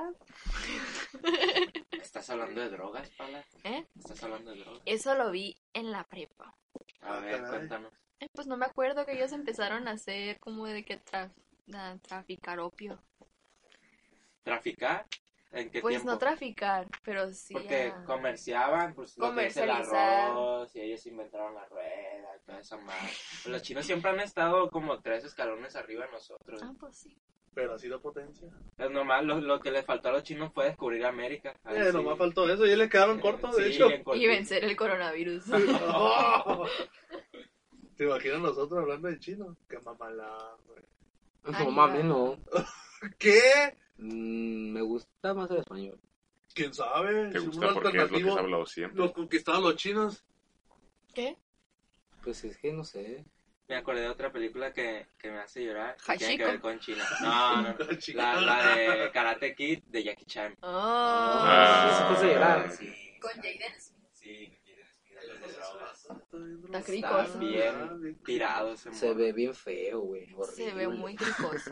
Speaker 7: ¿Estás hablando de drogas, Pala?
Speaker 3: ¿Eh?
Speaker 7: ¿Estás hablando de drogas?
Speaker 3: Eso lo vi en la prepa.
Speaker 7: A
Speaker 5: Ah,
Speaker 7: ver,
Speaker 5: caray.
Speaker 7: cuéntanos.
Speaker 3: Eh, pues no me acuerdo que ellos empezaron a hacer como de que tra- a traficar opio.
Speaker 7: ¿Traficar? ¿En qué
Speaker 3: Pues
Speaker 7: tiempo?
Speaker 3: no traficar, pero sí.
Speaker 7: Porque
Speaker 3: a-
Speaker 7: comerciaban, pues lo que dice el
Speaker 3: Comercializar.
Speaker 7: arroz, y ellos inventaron la rueda, y toda esa madre. Pues los chinos siempre han estado como tres escalones arriba de nosotros.
Speaker 3: Ah, pues sí.
Speaker 5: Pero así la potencia.
Speaker 7: Es normal, lo, lo que le faltó a los chinos fue descubrir América. Ahí
Speaker 5: Eh,
Speaker 7: sí.
Speaker 5: nomás faltó eso. Ya le quedaron cortos, de
Speaker 7: Sí,
Speaker 5: hecho.
Speaker 7: bien cortito.
Speaker 3: Y vencer el coronavirus.
Speaker 7: Ah.
Speaker 5: ¡Oh! ¿Te imaginas nosotros hablando de chino? ¡Qué mamalada, güey!
Speaker 2: No
Speaker 3: Ahí
Speaker 2: mames,
Speaker 3: va.
Speaker 2: no.
Speaker 5: ¿Qué?
Speaker 2: Mm, me gusta más el español.
Speaker 5: ¿Quién sabe?
Speaker 4: ¿Te
Speaker 5: Si
Speaker 4: gusta
Speaker 5: un
Speaker 4: porque es lo que
Speaker 5: alternativo
Speaker 4: has hablado siempre?
Speaker 5: Los conquistaron los chinos.
Speaker 3: ¿Qué?
Speaker 2: Pues es que no sé.
Speaker 7: Me acordé de otra película que, que me hace llorar. que tiene que
Speaker 3: Hachiko.
Speaker 7: ver con China. No, no, no. La, la de Karate Kid de Jackie Chan.
Speaker 3: Oh.
Speaker 4: Ah.
Speaker 2: Sí, se puede llegar.
Speaker 3: Con Jaden Smith.
Speaker 7: Sí, que
Speaker 3: Está
Speaker 7: Está
Speaker 3: cricoso.
Speaker 7: bien tirado ese
Speaker 2: Se
Speaker 7: morro.
Speaker 2: ve bien feo, güey.
Speaker 3: Se
Speaker 2: horrible.
Speaker 3: ve muy cricoso.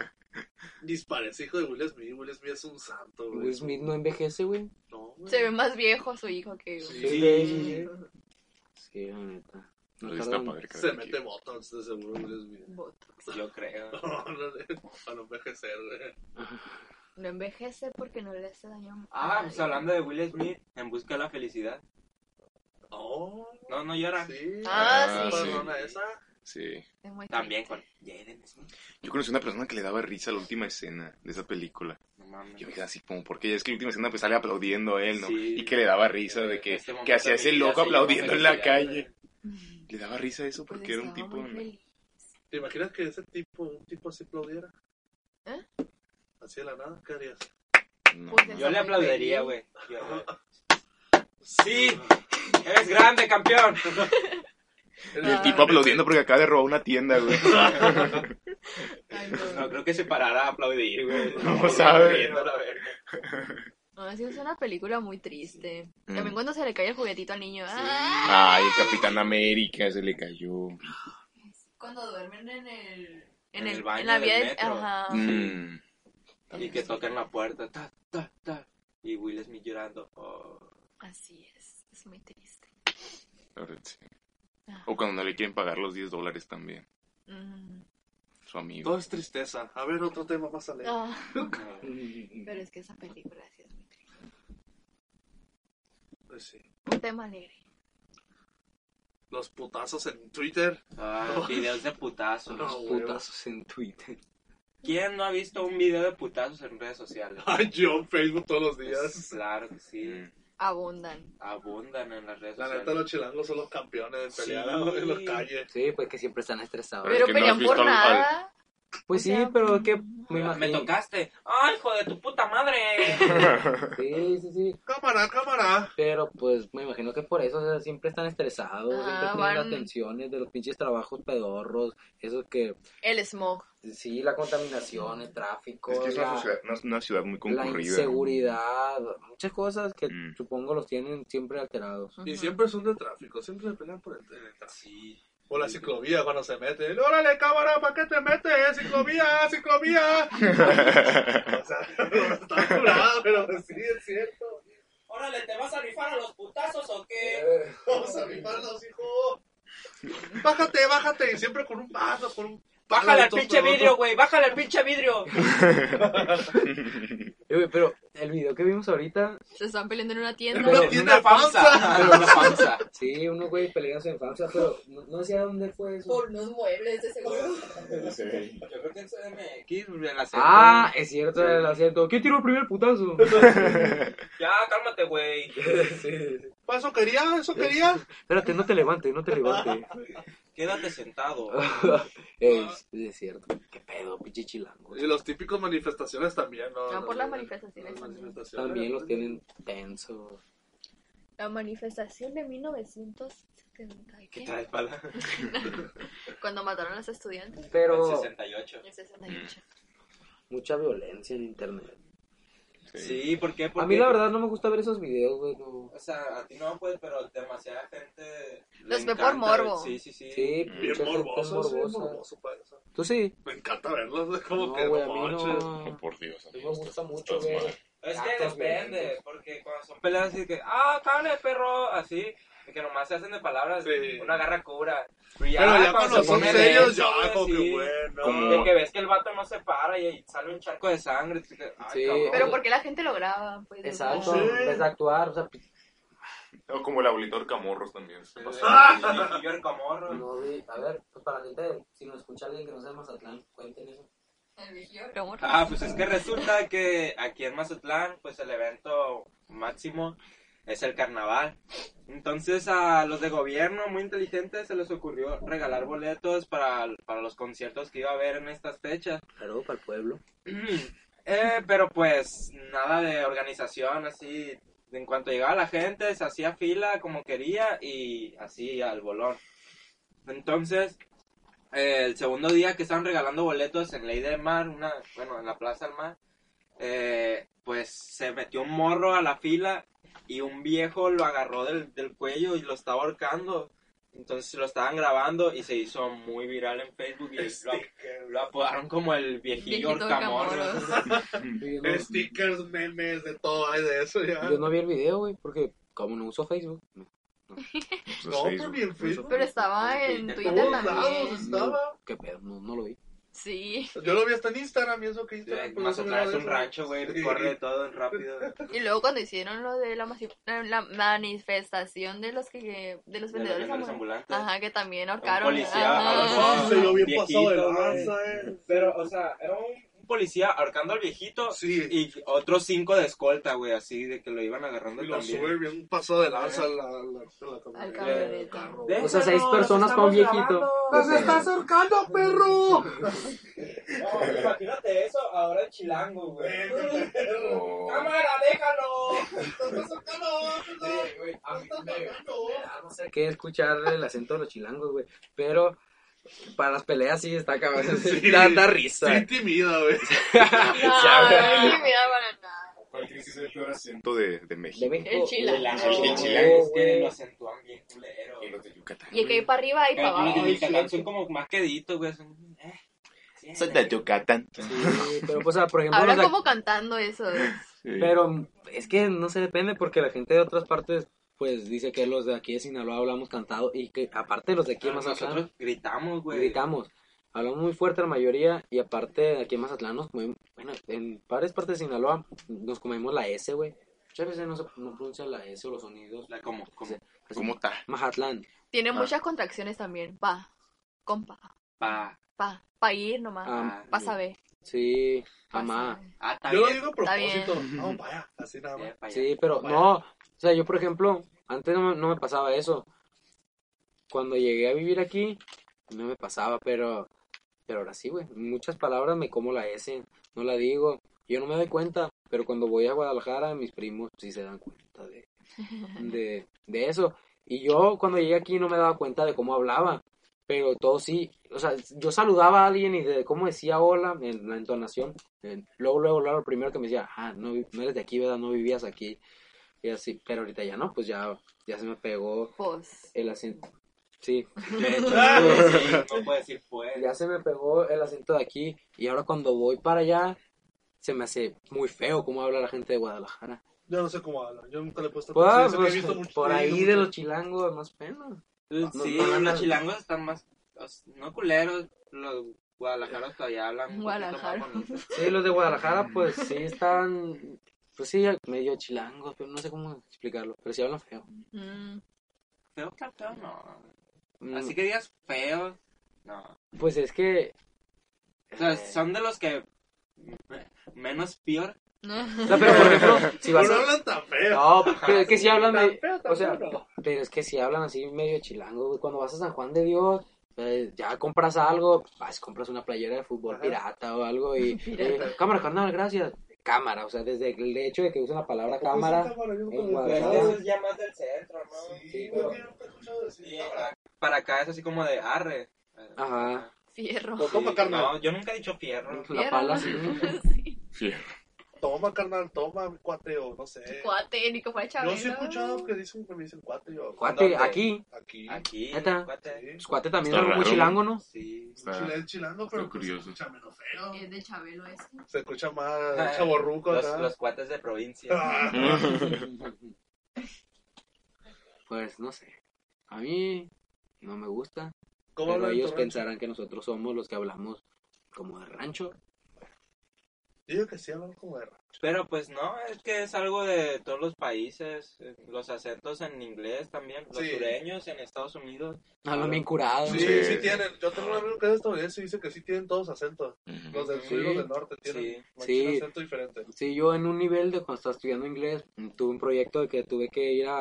Speaker 5: Disparece hijo de Will Smith. Will Smith es un santo, güey.
Speaker 2: Will Smith no envejece, güey.
Speaker 5: No, güey.
Speaker 3: Se ve más viejo su hijo que.
Speaker 2: Sí. Sí, la neta. No
Speaker 4: Entonces
Speaker 2: tardan-
Speaker 4: está padre que
Speaker 5: Se
Speaker 4: aquí.
Speaker 5: mete botox, de seguro, Will Smith.
Speaker 3: Botox.
Speaker 7: Yo creo.
Speaker 5: Para no envejecer, güey.
Speaker 3: No envejece porque no le hace daño. a
Speaker 7: Ah,
Speaker 3: nadie.
Speaker 7: pues hablando de Will Smith, en busca de la felicidad.
Speaker 5: Oh,
Speaker 7: No, no llora.
Speaker 5: sí.
Speaker 3: Ah,
Speaker 4: Ah, sí.
Speaker 5: Perdona, esa.
Speaker 4: Sí.
Speaker 3: Es muy
Speaker 7: También
Speaker 3: triste.
Speaker 7: con Jaden Smith.
Speaker 4: Yo conocí a una persona que le daba risa a la última escena de esa película.
Speaker 7: No mames.
Speaker 4: Yo me quedé así como, porque es que la última escena pues sale aplaudiendo a él, ¿no?
Speaker 7: Sí.
Speaker 4: Y que le daba risa de que,
Speaker 7: Este momento
Speaker 4: que hacía
Speaker 7: de
Speaker 4: ese
Speaker 7: mi vida
Speaker 4: loco
Speaker 7: se llama
Speaker 4: aplaudiendo en la
Speaker 7: felicidad.
Speaker 4: calle. Le daba risa eso
Speaker 3: Pues
Speaker 4: porque era un
Speaker 3: estaba
Speaker 4: tipo...
Speaker 3: muy feliz.
Speaker 5: ¿Te imaginas que ese tipo, un tipo así aplaudiera?
Speaker 3: ¿Eh?
Speaker 5: Así de la nada, ¿qué harías?
Speaker 4: No,
Speaker 3: Pues
Speaker 4: no.
Speaker 7: Yo le
Speaker 3: Está muy
Speaker 7: aplaudiría,
Speaker 3: feliz.
Speaker 7: güey. Yo- Sí, eres grande, campeón.
Speaker 4: Y el tipo aplaudiendo porque acaba de robar una tienda, güey.
Speaker 3: Ay, no.
Speaker 7: No creo que se parara a aplaudir, güey.
Speaker 4: No sabe.
Speaker 7: Aplaudiendo, la verga.
Speaker 3: No, sí, es una película muy triste.
Speaker 4: Mm.
Speaker 3: También cuando se le cae el juguetito al niño. ¡Ah!
Speaker 4: Ay, el Capitán América se le cayó.
Speaker 3: cuando duermen en el...
Speaker 7: En el baño del
Speaker 3: vía
Speaker 7: metro.
Speaker 3: Ajá.
Speaker 4: Mm.
Speaker 7: Y que tocan la puerta, ta, ta, ta. Y Will Smith llorando. oh.
Speaker 3: Así es. Es muy triste. Ah.
Speaker 4: La verdad, sí. O cuando no le quieren pagar los 10 dólares también.
Speaker 3: Mm.
Speaker 4: Su amigo.
Speaker 5: Todo es tristeza. A ver, otro tema más alegre.
Speaker 3: Ah,
Speaker 7: No.
Speaker 3: pero es que esa película sí es muy triste.
Speaker 5: Pues sí.
Speaker 3: Un tema alegre.
Speaker 5: Los putazos en Twitter.
Speaker 7: Ah, videos de putazos.
Speaker 5: No, güey.
Speaker 2: Putazos en Twitter.
Speaker 7: ¿Quién no ha visto un video de putazos en redes sociales?
Speaker 5: Ay, yo en Facebook todos los
Speaker 7: Pues,
Speaker 5: días.
Speaker 7: claro que sí.
Speaker 4: Mm.
Speaker 3: Abundan.
Speaker 7: Abundan en las redes
Speaker 5: La neta,
Speaker 7: sociales.
Speaker 5: los chilangos son los campeones de
Speaker 7: Sí.
Speaker 5: pelear en en las calles.
Speaker 2: Sí, pues que siempre están estresados.
Speaker 4: Pero es
Speaker 3: Pero
Speaker 4: que no has
Speaker 3: pelean
Speaker 4: visto
Speaker 3: por
Speaker 4: al- al-
Speaker 3: nada.
Speaker 2: pues
Speaker 3: o
Speaker 2: sí,
Speaker 3: sea, mm,
Speaker 2: pero es que me
Speaker 7: Me,
Speaker 2: imagino.
Speaker 7: tocaste. ¡Ay, hijo de tu puta madre!
Speaker 2: Sí, sí, sí.
Speaker 5: Cámara, cámara.
Speaker 2: Pero pues me imagino que por eso o sea, siempre están estresados,
Speaker 3: Ah,
Speaker 2: siempre tienen
Speaker 3: van-
Speaker 2: las tensiones de los pinches trabajos pedorros, eso que
Speaker 3: El smog.
Speaker 2: sí, la contaminación, el tráfico,
Speaker 4: Es que es una
Speaker 2: la,
Speaker 4: ciudad, una, una ciudad muy
Speaker 2: la
Speaker 4: concurrida.
Speaker 2: inseguridad, muchas cosas que
Speaker 4: Mm.
Speaker 2: supongo los tienen siempre alterados.
Speaker 5: Y
Speaker 3: Ujú.
Speaker 5: siempre son de tráfico, siempre se pelean por el, en el tráfico.
Speaker 7: Sí.
Speaker 5: Por la ciclovía cuando se meten. Órale, cámara, ¿para qué te metes? Ciclovía, ciclovía. o sea, no está curado, pero sí, es cierto.
Speaker 7: Órale, ¿te vas a rifar a los putazos o
Speaker 5: Eh,
Speaker 7: qué?
Speaker 5: Vamos a rifarnos, hijo. Bájate, bájate. Y siempre con un paso, con un.
Speaker 7: Bájale al
Speaker 5: Todos
Speaker 7: pinche
Speaker 5: todos-
Speaker 7: vidrio, güey. Bájale al pinche vidrio.
Speaker 2: Eh, güey, Pero el video que vimos ahorita,
Speaker 3: Se están peleando en una
Speaker 5: En
Speaker 3: tienda.
Speaker 5: una
Speaker 7: Pero
Speaker 5: tienda de panza.
Speaker 7: Pero una panza.
Speaker 2: sí, unos güeyes peleándose en Francia, pero no, no sé a dónde fue eso.
Speaker 3: Por unos muebles de seguro.
Speaker 7: Yo creo que en CDMX, en la
Speaker 2: Ah, es cierto, el asiento. ¿Quién tiró el primer putazo?
Speaker 7: Ya, cálmate, güey.
Speaker 2: Sí.
Speaker 5: Eso quería, eso quería.
Speaker 2: Espérate, no te levantes, no te levantes.
Speaker 7: Quédate sentado.
Speaker 2: es, es cierto. Qué pedo, pinche chilango.
Speaker 5: Y los típicos manifestaciones también, ¿no?
Speaker 3: Ah, por las manifestaciones
Speaker 5: Las manifestaciones.
Speaker 2: También los tienen tensos.
Speaker 3: La manifestación de 1970. ¿y
Speaker 7: ¿Qué
Speaker 3: ¿Qué?
Speaker 7: traes, pala?
Speaker 3: Cuando mataron a los estudiantes.
Speaker 2: Pero
Speaker 7: 68.
Speaker 3: El 68.
Speaker 2: mucha violencia en internet.
Speaker 7: Sí, ¿por qué? Porque,
Speaker 2: A mí la verdad no me gusta ver esos videos, güey. no.
Speaker 7: O sea, a ti no, pues, pero demasiada gente. le
Speaker 3: Los ve por
Speaker 7: encanta,
Speaker 3: morbo.
Speaker 7: Sí, sí, sí.
Speaker 2: Sí,
Speaker 5: Bien
Speaker 2: mucha gente
Speaker 5: morboso, sí,
Speaker 2: morbosa.
Speaker 5: morboso para eso.
Speaker 2: Tú sí.
Speaker 5: Me encanta verlos, es como
Speaker 2: No,
Speaker 5: que
Speaker 2: güey, a
Speaker 5: no
Speaker 2: mí
Speaker 5: manches.
Speaker 2: no.
Speaker 4: Oh, por Dios.
Speaker 2: No
Speaker 4: amigo,
Speaker 2: me gusta
Speaker 4: estás-
Speaker 2: mucho
Speaker 4: estás
Speaker 2: ver.
Speaker 4: mal.
Speaker 7: Es que
Speaker 2: Actos
Speaker 7: depende,
Speaker 2: violentos.
Speaker 7: porque cuando son peleas así que, ah, cable, perro, así, de que nomás se hacen de palabras,
Speaker 5: Sí.
Speaker 7: una garra cura. Pero
Speaker 5: Pero ya
Speaker 7: cuando
Speaker 5: cuando
Speaker 7: se
Speaker 5: son
Speaker 7: pone
Speaker 5: serios,
Speaker 7: denso,
Speaker 5: ya,
Speaker 7: güey,
Speaker 5: como
Speaker 7: sí,
Speaker 5: que bueno.
Speaker 4: Como-
Speaker 7: De que ves que el vato no se para y, ahí sale un charco de sangre. tú que, ay,
Speaker 2: Sí.
Speaker 7: cabrón.
Speaker 3: Pero porque la gente lo graba, pues. o sea,
Speaker 2: Exacto.
Speaker 5: Sí.
Speaker 2: Ves actuar. O sea, pues, pi-
Speaker 4: O como el abuelito Camorros también. se pasó.
Speaker 7: Y- y yo el camorro.
Speaker 2: no, güey, a ver, pues para la gente, si nos escucha alguien que no sea de Mazatlán, cuenten eso.
Speaker 3: Pero bueno.
Speaker 7: Ah, pues es que resulta que aquí en Mazatlán, pues el evento máximo es el carnaval. Entonces a los de gobierno, muy inteligentes, se les ocurrió regalar boletos para, para los conciertos que iba a haber en estas fechas.
Speaker 2: Claro, para el pueblo.
Speaker 7: Eh, pero pues nada de organización, así. En cuanto llegaba la gente, se hacía fila como quería y así al bolón. Entonces, eh, el segundo día que estaban regalando boletos en Ley del Mar, una, bueno, en la Plaza del Mar, eh, pues se metió un morro a la fila y un viejo lo agarró del, del cuello y lo estaba ahorcando. Entonces lo estaban grabando y se hizo muy viral en Facebook y lo, lo apodaron como el viejillo
Speaker 3: Viejito
Speaker 7: horcamorro.
Speaker 3: Camorros.
Speaker 2: Yo no,
Speaker 5: Stickers, memes, de todo, hay de eso ya.
Speaker 2: yo no vi el video, güey, porque como no uso Facebook,
Speaker 4: Pues,
Speaker 5: No, pues
Speaker 4: Facebook.
Speaker 5: ni en Facebook.
Speaker 3: Pero estaba en
Speaker 7: Todos
Speaker 3: Twitter
Speaker 5: lados,
Speaker 3: también.
Speaker 5: sí. Estaba.
Speaker 2: qué pedo, no, no lo vi.
Speaker 3: Sí.
Speaker 5: Yo lo vi hasta en Instagram y eso que Instagram.
Speaker 7: Eh,
Speaker 5: pues, no
Speaker 7: Mazatlán
Speaker 5: se
Speaker 7: es
Speaker 5: me
Speaker 7: un
Speaker 5: da
Speaker 7: rancho, güey,
Speaker 5: Sí.
Speaker 7: corre todo rápido.
Speaker 3: Y luego cuando hicieron lo de la, masi- la manifestación de los que de los
Speaker 7: De
Speaker 3: vendedores
Speaker 7: los vendedores
Speaker 3: ambulantes.
Speaker 7: ambulantes.
Speaker 3: Ajá, que también ahorcaron.
Speaker 7: policía,
Speaker 3: Ajá.
Speaker 5: Ah, se vio bien
Speaker 7: Viejito,
Speaker 5: pasado de
Speaker 7: güey.
Speaker 5: lanza, eh.
Speaker 7: Pero, o sea, era un, un policía ahorcando al viejito
Speaker 5: Sí.
Speaker 7: y otros cinco de escolta, güey, así de que lo iban agarrando
Speaker 5: Y lo
Speaker 7: también.
Speaker 5: sube bien pasado de lanza la, la, la
Speaker 3: Al
Speaker 5: camioneta.
Speaker 3: camioneta.
Speaker 2: O sea, seis personas para un viejito.
Speaker 5: ¡Nos está acercando, perro!
Speaker 7: imagínate eso, ahora el chilango, güey.
Speaker 4: Oh.
Speaker 7: déjalo! Sí, güey.
Speaker 2: A mí me- me da no sé qué escuchar el acento de los chilangos, güey. Pero para las peleas sí está cabrón.
Speaker 5: Sí.
Speaker 2: Da, da
Speaker 5: Sí,
Speaker 2: risa.
Speaker 5: intimida, güey.
Speaker 3: Ay, mira, para nada.
Speaker 6: ¿Cuál crees que es el peor acento?
Speaker 4: de, de México.
Speaker 2: De México.
Speaker 3: El chila.
Speaker 7: De la-
Speaker 3: No,
Speaker 7: los
Speaker 4: güey.
Speaker 7: chilangos que lo acentúan bien culero.
Speaker 4: Y los de Yucatán.
Speaker 3: Y el que hay para arriba y para
Speaker 7: Pero como
Speaker 3: abajo.
Speaker 7: que en Yucatán son como más queditos, güey. Son, eh, sí,
Speaker 4: Son de Yucatán.
Speaker 2: Sí, pero pues, o sea, por ejemplo,
Speaker 3: Hablan
Speaker 2: los de-
Speaker 3: como cantando eso. ¿eh?
Speaker 4: Sí.
Speaker 2: pero es que no se depende porque la gente de otras partes, pues dice que los de aquí de Sinaloa hablamos cantado y que aparte los de aquí de Mazatlán
Speaker 7: Ah, Nosotros gritamos, güey.
Speaker 2: gritamos. Hablamos muy fuerte la mayoría y aparte aquí en Mazatlán nos comemos, bueno, en varias partes de Sinaloa nos comemos la S, güey. Muchas veces no se no pronuncia la S o los sonidos.
Speaker 7: La- como, como,
Speaker 2: Así,
Speaker 4: ¿Cómo está?
Speaker 2: Mazatlán.
Speaker 3: Tiene
Speaker 4: Ah.
Speaker 3: muchas contracciones también. Pa, compa,
Speaker 7: pa.
Speaker 3: pa, pa ir nomás.
Speaker 2: Ah,
Speaker 3: pa saber.
Speaker 2: Sí,
Speaker 3: pa
Speaker 2: amá.
Speaker 3: saber.
Speaker 7: Ah, está
Speaker 5: Yo lo
Speaker 7: bien.
Speaker 5: digo a
Speaker 3: Está bien.
Speaker 5: propósito. No, vaya, así nada más.
Speaker 7: Eh, pa' allá.
Speaker 2: Sí, pero
Speaker 5: Bueno.
Speaker 2: no, o sea, yo por ejemplo, antes no, me- no me pasaba eso. Cuando llegué a vivir aquí, no me pasaba, pero, pero ahora sí, güey. Muchas palabras me como la S, no la digo. Yo no me doy cuenta, pero cuando voy a Guadalajara, mis primos sí se dan cuenta de, de, de eso. Y yo cuando llegué aquí no me daba cuenta de cómo hablaba, pero todo sí. O sea, yo saludaba a alguien y de cómo decía hola, en la entonación. eh, Luego, luego, luego, lo primero que me decía, ah, no, vi- no eres de aquí, ¿verdad? No vivías aquí. Y así, pero ahorita ya no, pues ya, ya se me pegó
Speaker 3: Pues,
Speaker 2: el acento. Sí,
Speaker 7: De hecho, sí, no puedo decir pues.
Speaker 2: ya se me pegó el acento de aquí y ahora cuando voy para allá se me hace muy feo cómo habla la gente de Guadalajara.
Speaker 5: Yo no sé cómo hablan. Yo nunca le he puesto
Speaker 2: Pues,
Speaker 5: atención,
Speaker 2: pues,
Speaker 5: he visto mucho-
Speaker 2: por
Speaker 5: he
Speaker 2: ahí
Speaker 5: leído
Speaker 2: de
Speaker 5: mucho.
Speaker 2: los chilangos, más pena.
Speaker 7: pues, Sí,
Speaker 2: no, no, no.
Speaker 7: los chilangos están más, los- no culeros, los guadalajaros todavía hablan un poquito más
Speaker 3: Guadalajara.
Speaker 7: bonito.
Speaker 2: Sí, los de Guadalajara pues sí están, pues sí, medio chilangos, pero no sé cómo explicarlo, pero sí hablan feo.
Speaker 3: mm,
Speaker 7: Feo, feo, feo, no.
Speaker 2: Mm,
Speaker 7: Así que digas feo, no.
Speaker 2: Pues es que...
Speaker 7: O sea,
Speaker 2: eh,
Speaker 7: son de los que me- menos peor.
Speaker 2: o sea, pero por ejemplo, si
Speaker 5: Pero
Speaker 2: vas
Speaker 5: no
Speaker 2: a...
Speaker 5: hablan tan feo.
Speaker 2: No, pero es que si hablan
Speaker 5: Tan
Speaker 2: de...
Speaker 5: feo, tan
Speaker 2: O sea,
Speaker 5: feo.
Speaker 2: pero es que si hablan así medio chilango, güey, cuando vas a San Juan de Dios, eh, ya compras algo, vas, compras una playera de fútbol
Speaker 5: Ajá.
Speaker 2: pirata o algo y...
Speaker 3: Pirata.
Speaker 2: eh, cámara, carnal, gracias. Cámara, o sea, desde el hecho de que usan la palabra cámara... en
Speaker 7: Pero
Speaker 2: Guadalajara.
Speaker 7: eso Pues, este es ya más del centro, ¿no?
Speaker 6: Sí,
Speaker 2: pero-
Speaker 6: güey, nunca he escuchado decir
Speaker 7: Sí,
Speaker 6: cámara.
Speaker 7: a- para acá es así como de arre.
Speaker 2: Ah, Ajá.
Speaker 3: fierro.
Speaker 5: Pues toma,
Speaker 7: Sí,
Speaker 5: carnal.
Speaker 7: No, yo nunca he dicho fierro.
Speaker 2: La pala, sí.
Speaker 5: Toma, carnal, toma, mi cuate, o no sé.
Speaker 3: Cuate, ni como el
Speaker 5: Eh, Yo sí he
Speaker 3: Chabelo.
Speaker 5: escuchado que dicen que me dicen cuate, yo.
Speaker 2: Cuate,
Speaker 7: ¿Dónde?
Speaker 2: aquí.
Speaker 5: Aquí.
Speaker 2: Ah,
Speaker 7: Aquí,
Speaker 2: Neta.
Speaker 7: cuate.
Speaker 5: Sí.
Speaker 2: Pues, cuate también
Speaker 4: Está
Speaker 2: es algo muy
Speaker 4: raro.
Speaker 2: chilango, ¿no?
Speaker 7: Sí.
Speaker 4: Está-
Speaker 2: Ah,
Speaker 5: Chile es chilango, pero pues, se
Speaker 4: curioso.
Speaker 5: escucha menos feo.
Speaker 3: Es Eh, de Chabelo ese.
Speaker 5: Se escucha
Speaker 2: Ah,
Speaker 5: más chaborruco
Speaker 7: los,
Speaker 5: acá.
Speaker 7: los cuates de provincia.
Speaker 5: Ah,
Speaker 2: Pues no sé. A mí no me gusta.
Speaker 5: ¿Cómo
Speaker 2: pero
Speaker 5: hablan en
Speaker 2: ellos
Speaker 5: tu rancho?
Speaker 2: pensarán que nosotros somos los que hablamos como de rancho.
Speaker 5: Digo que sí hablan como de
Speaker 7: Pero pues no, es que es algo de todos los países. eh, Los acentos en inglés también. Los
Speaker 5: Sí.
Speaker 7: sureños en Estados Unidos.
Speaker 2: Hablan Ah, bien curado.
Speaker 5: Sí, sí,
Speaker 4: Sí.
Speaker 5: tienen. Yo tengo un amigo que es estadounidense y dice que sí tienen todos acentos.
Speaker 4: Ujú.
Speaker 5: Los del
Speaker 7: Sí.
Speaker 5: sur y los del norte tienen
Speaker 7: Sí.
Speaker 5: un
Speaker 2: Sí.
Speaker 5: acento diferente.
Speaker 2: Sí, yo en un nivel de cuando estaba estudiando inglés mm, tuve un proyecto de que tuve que ir a,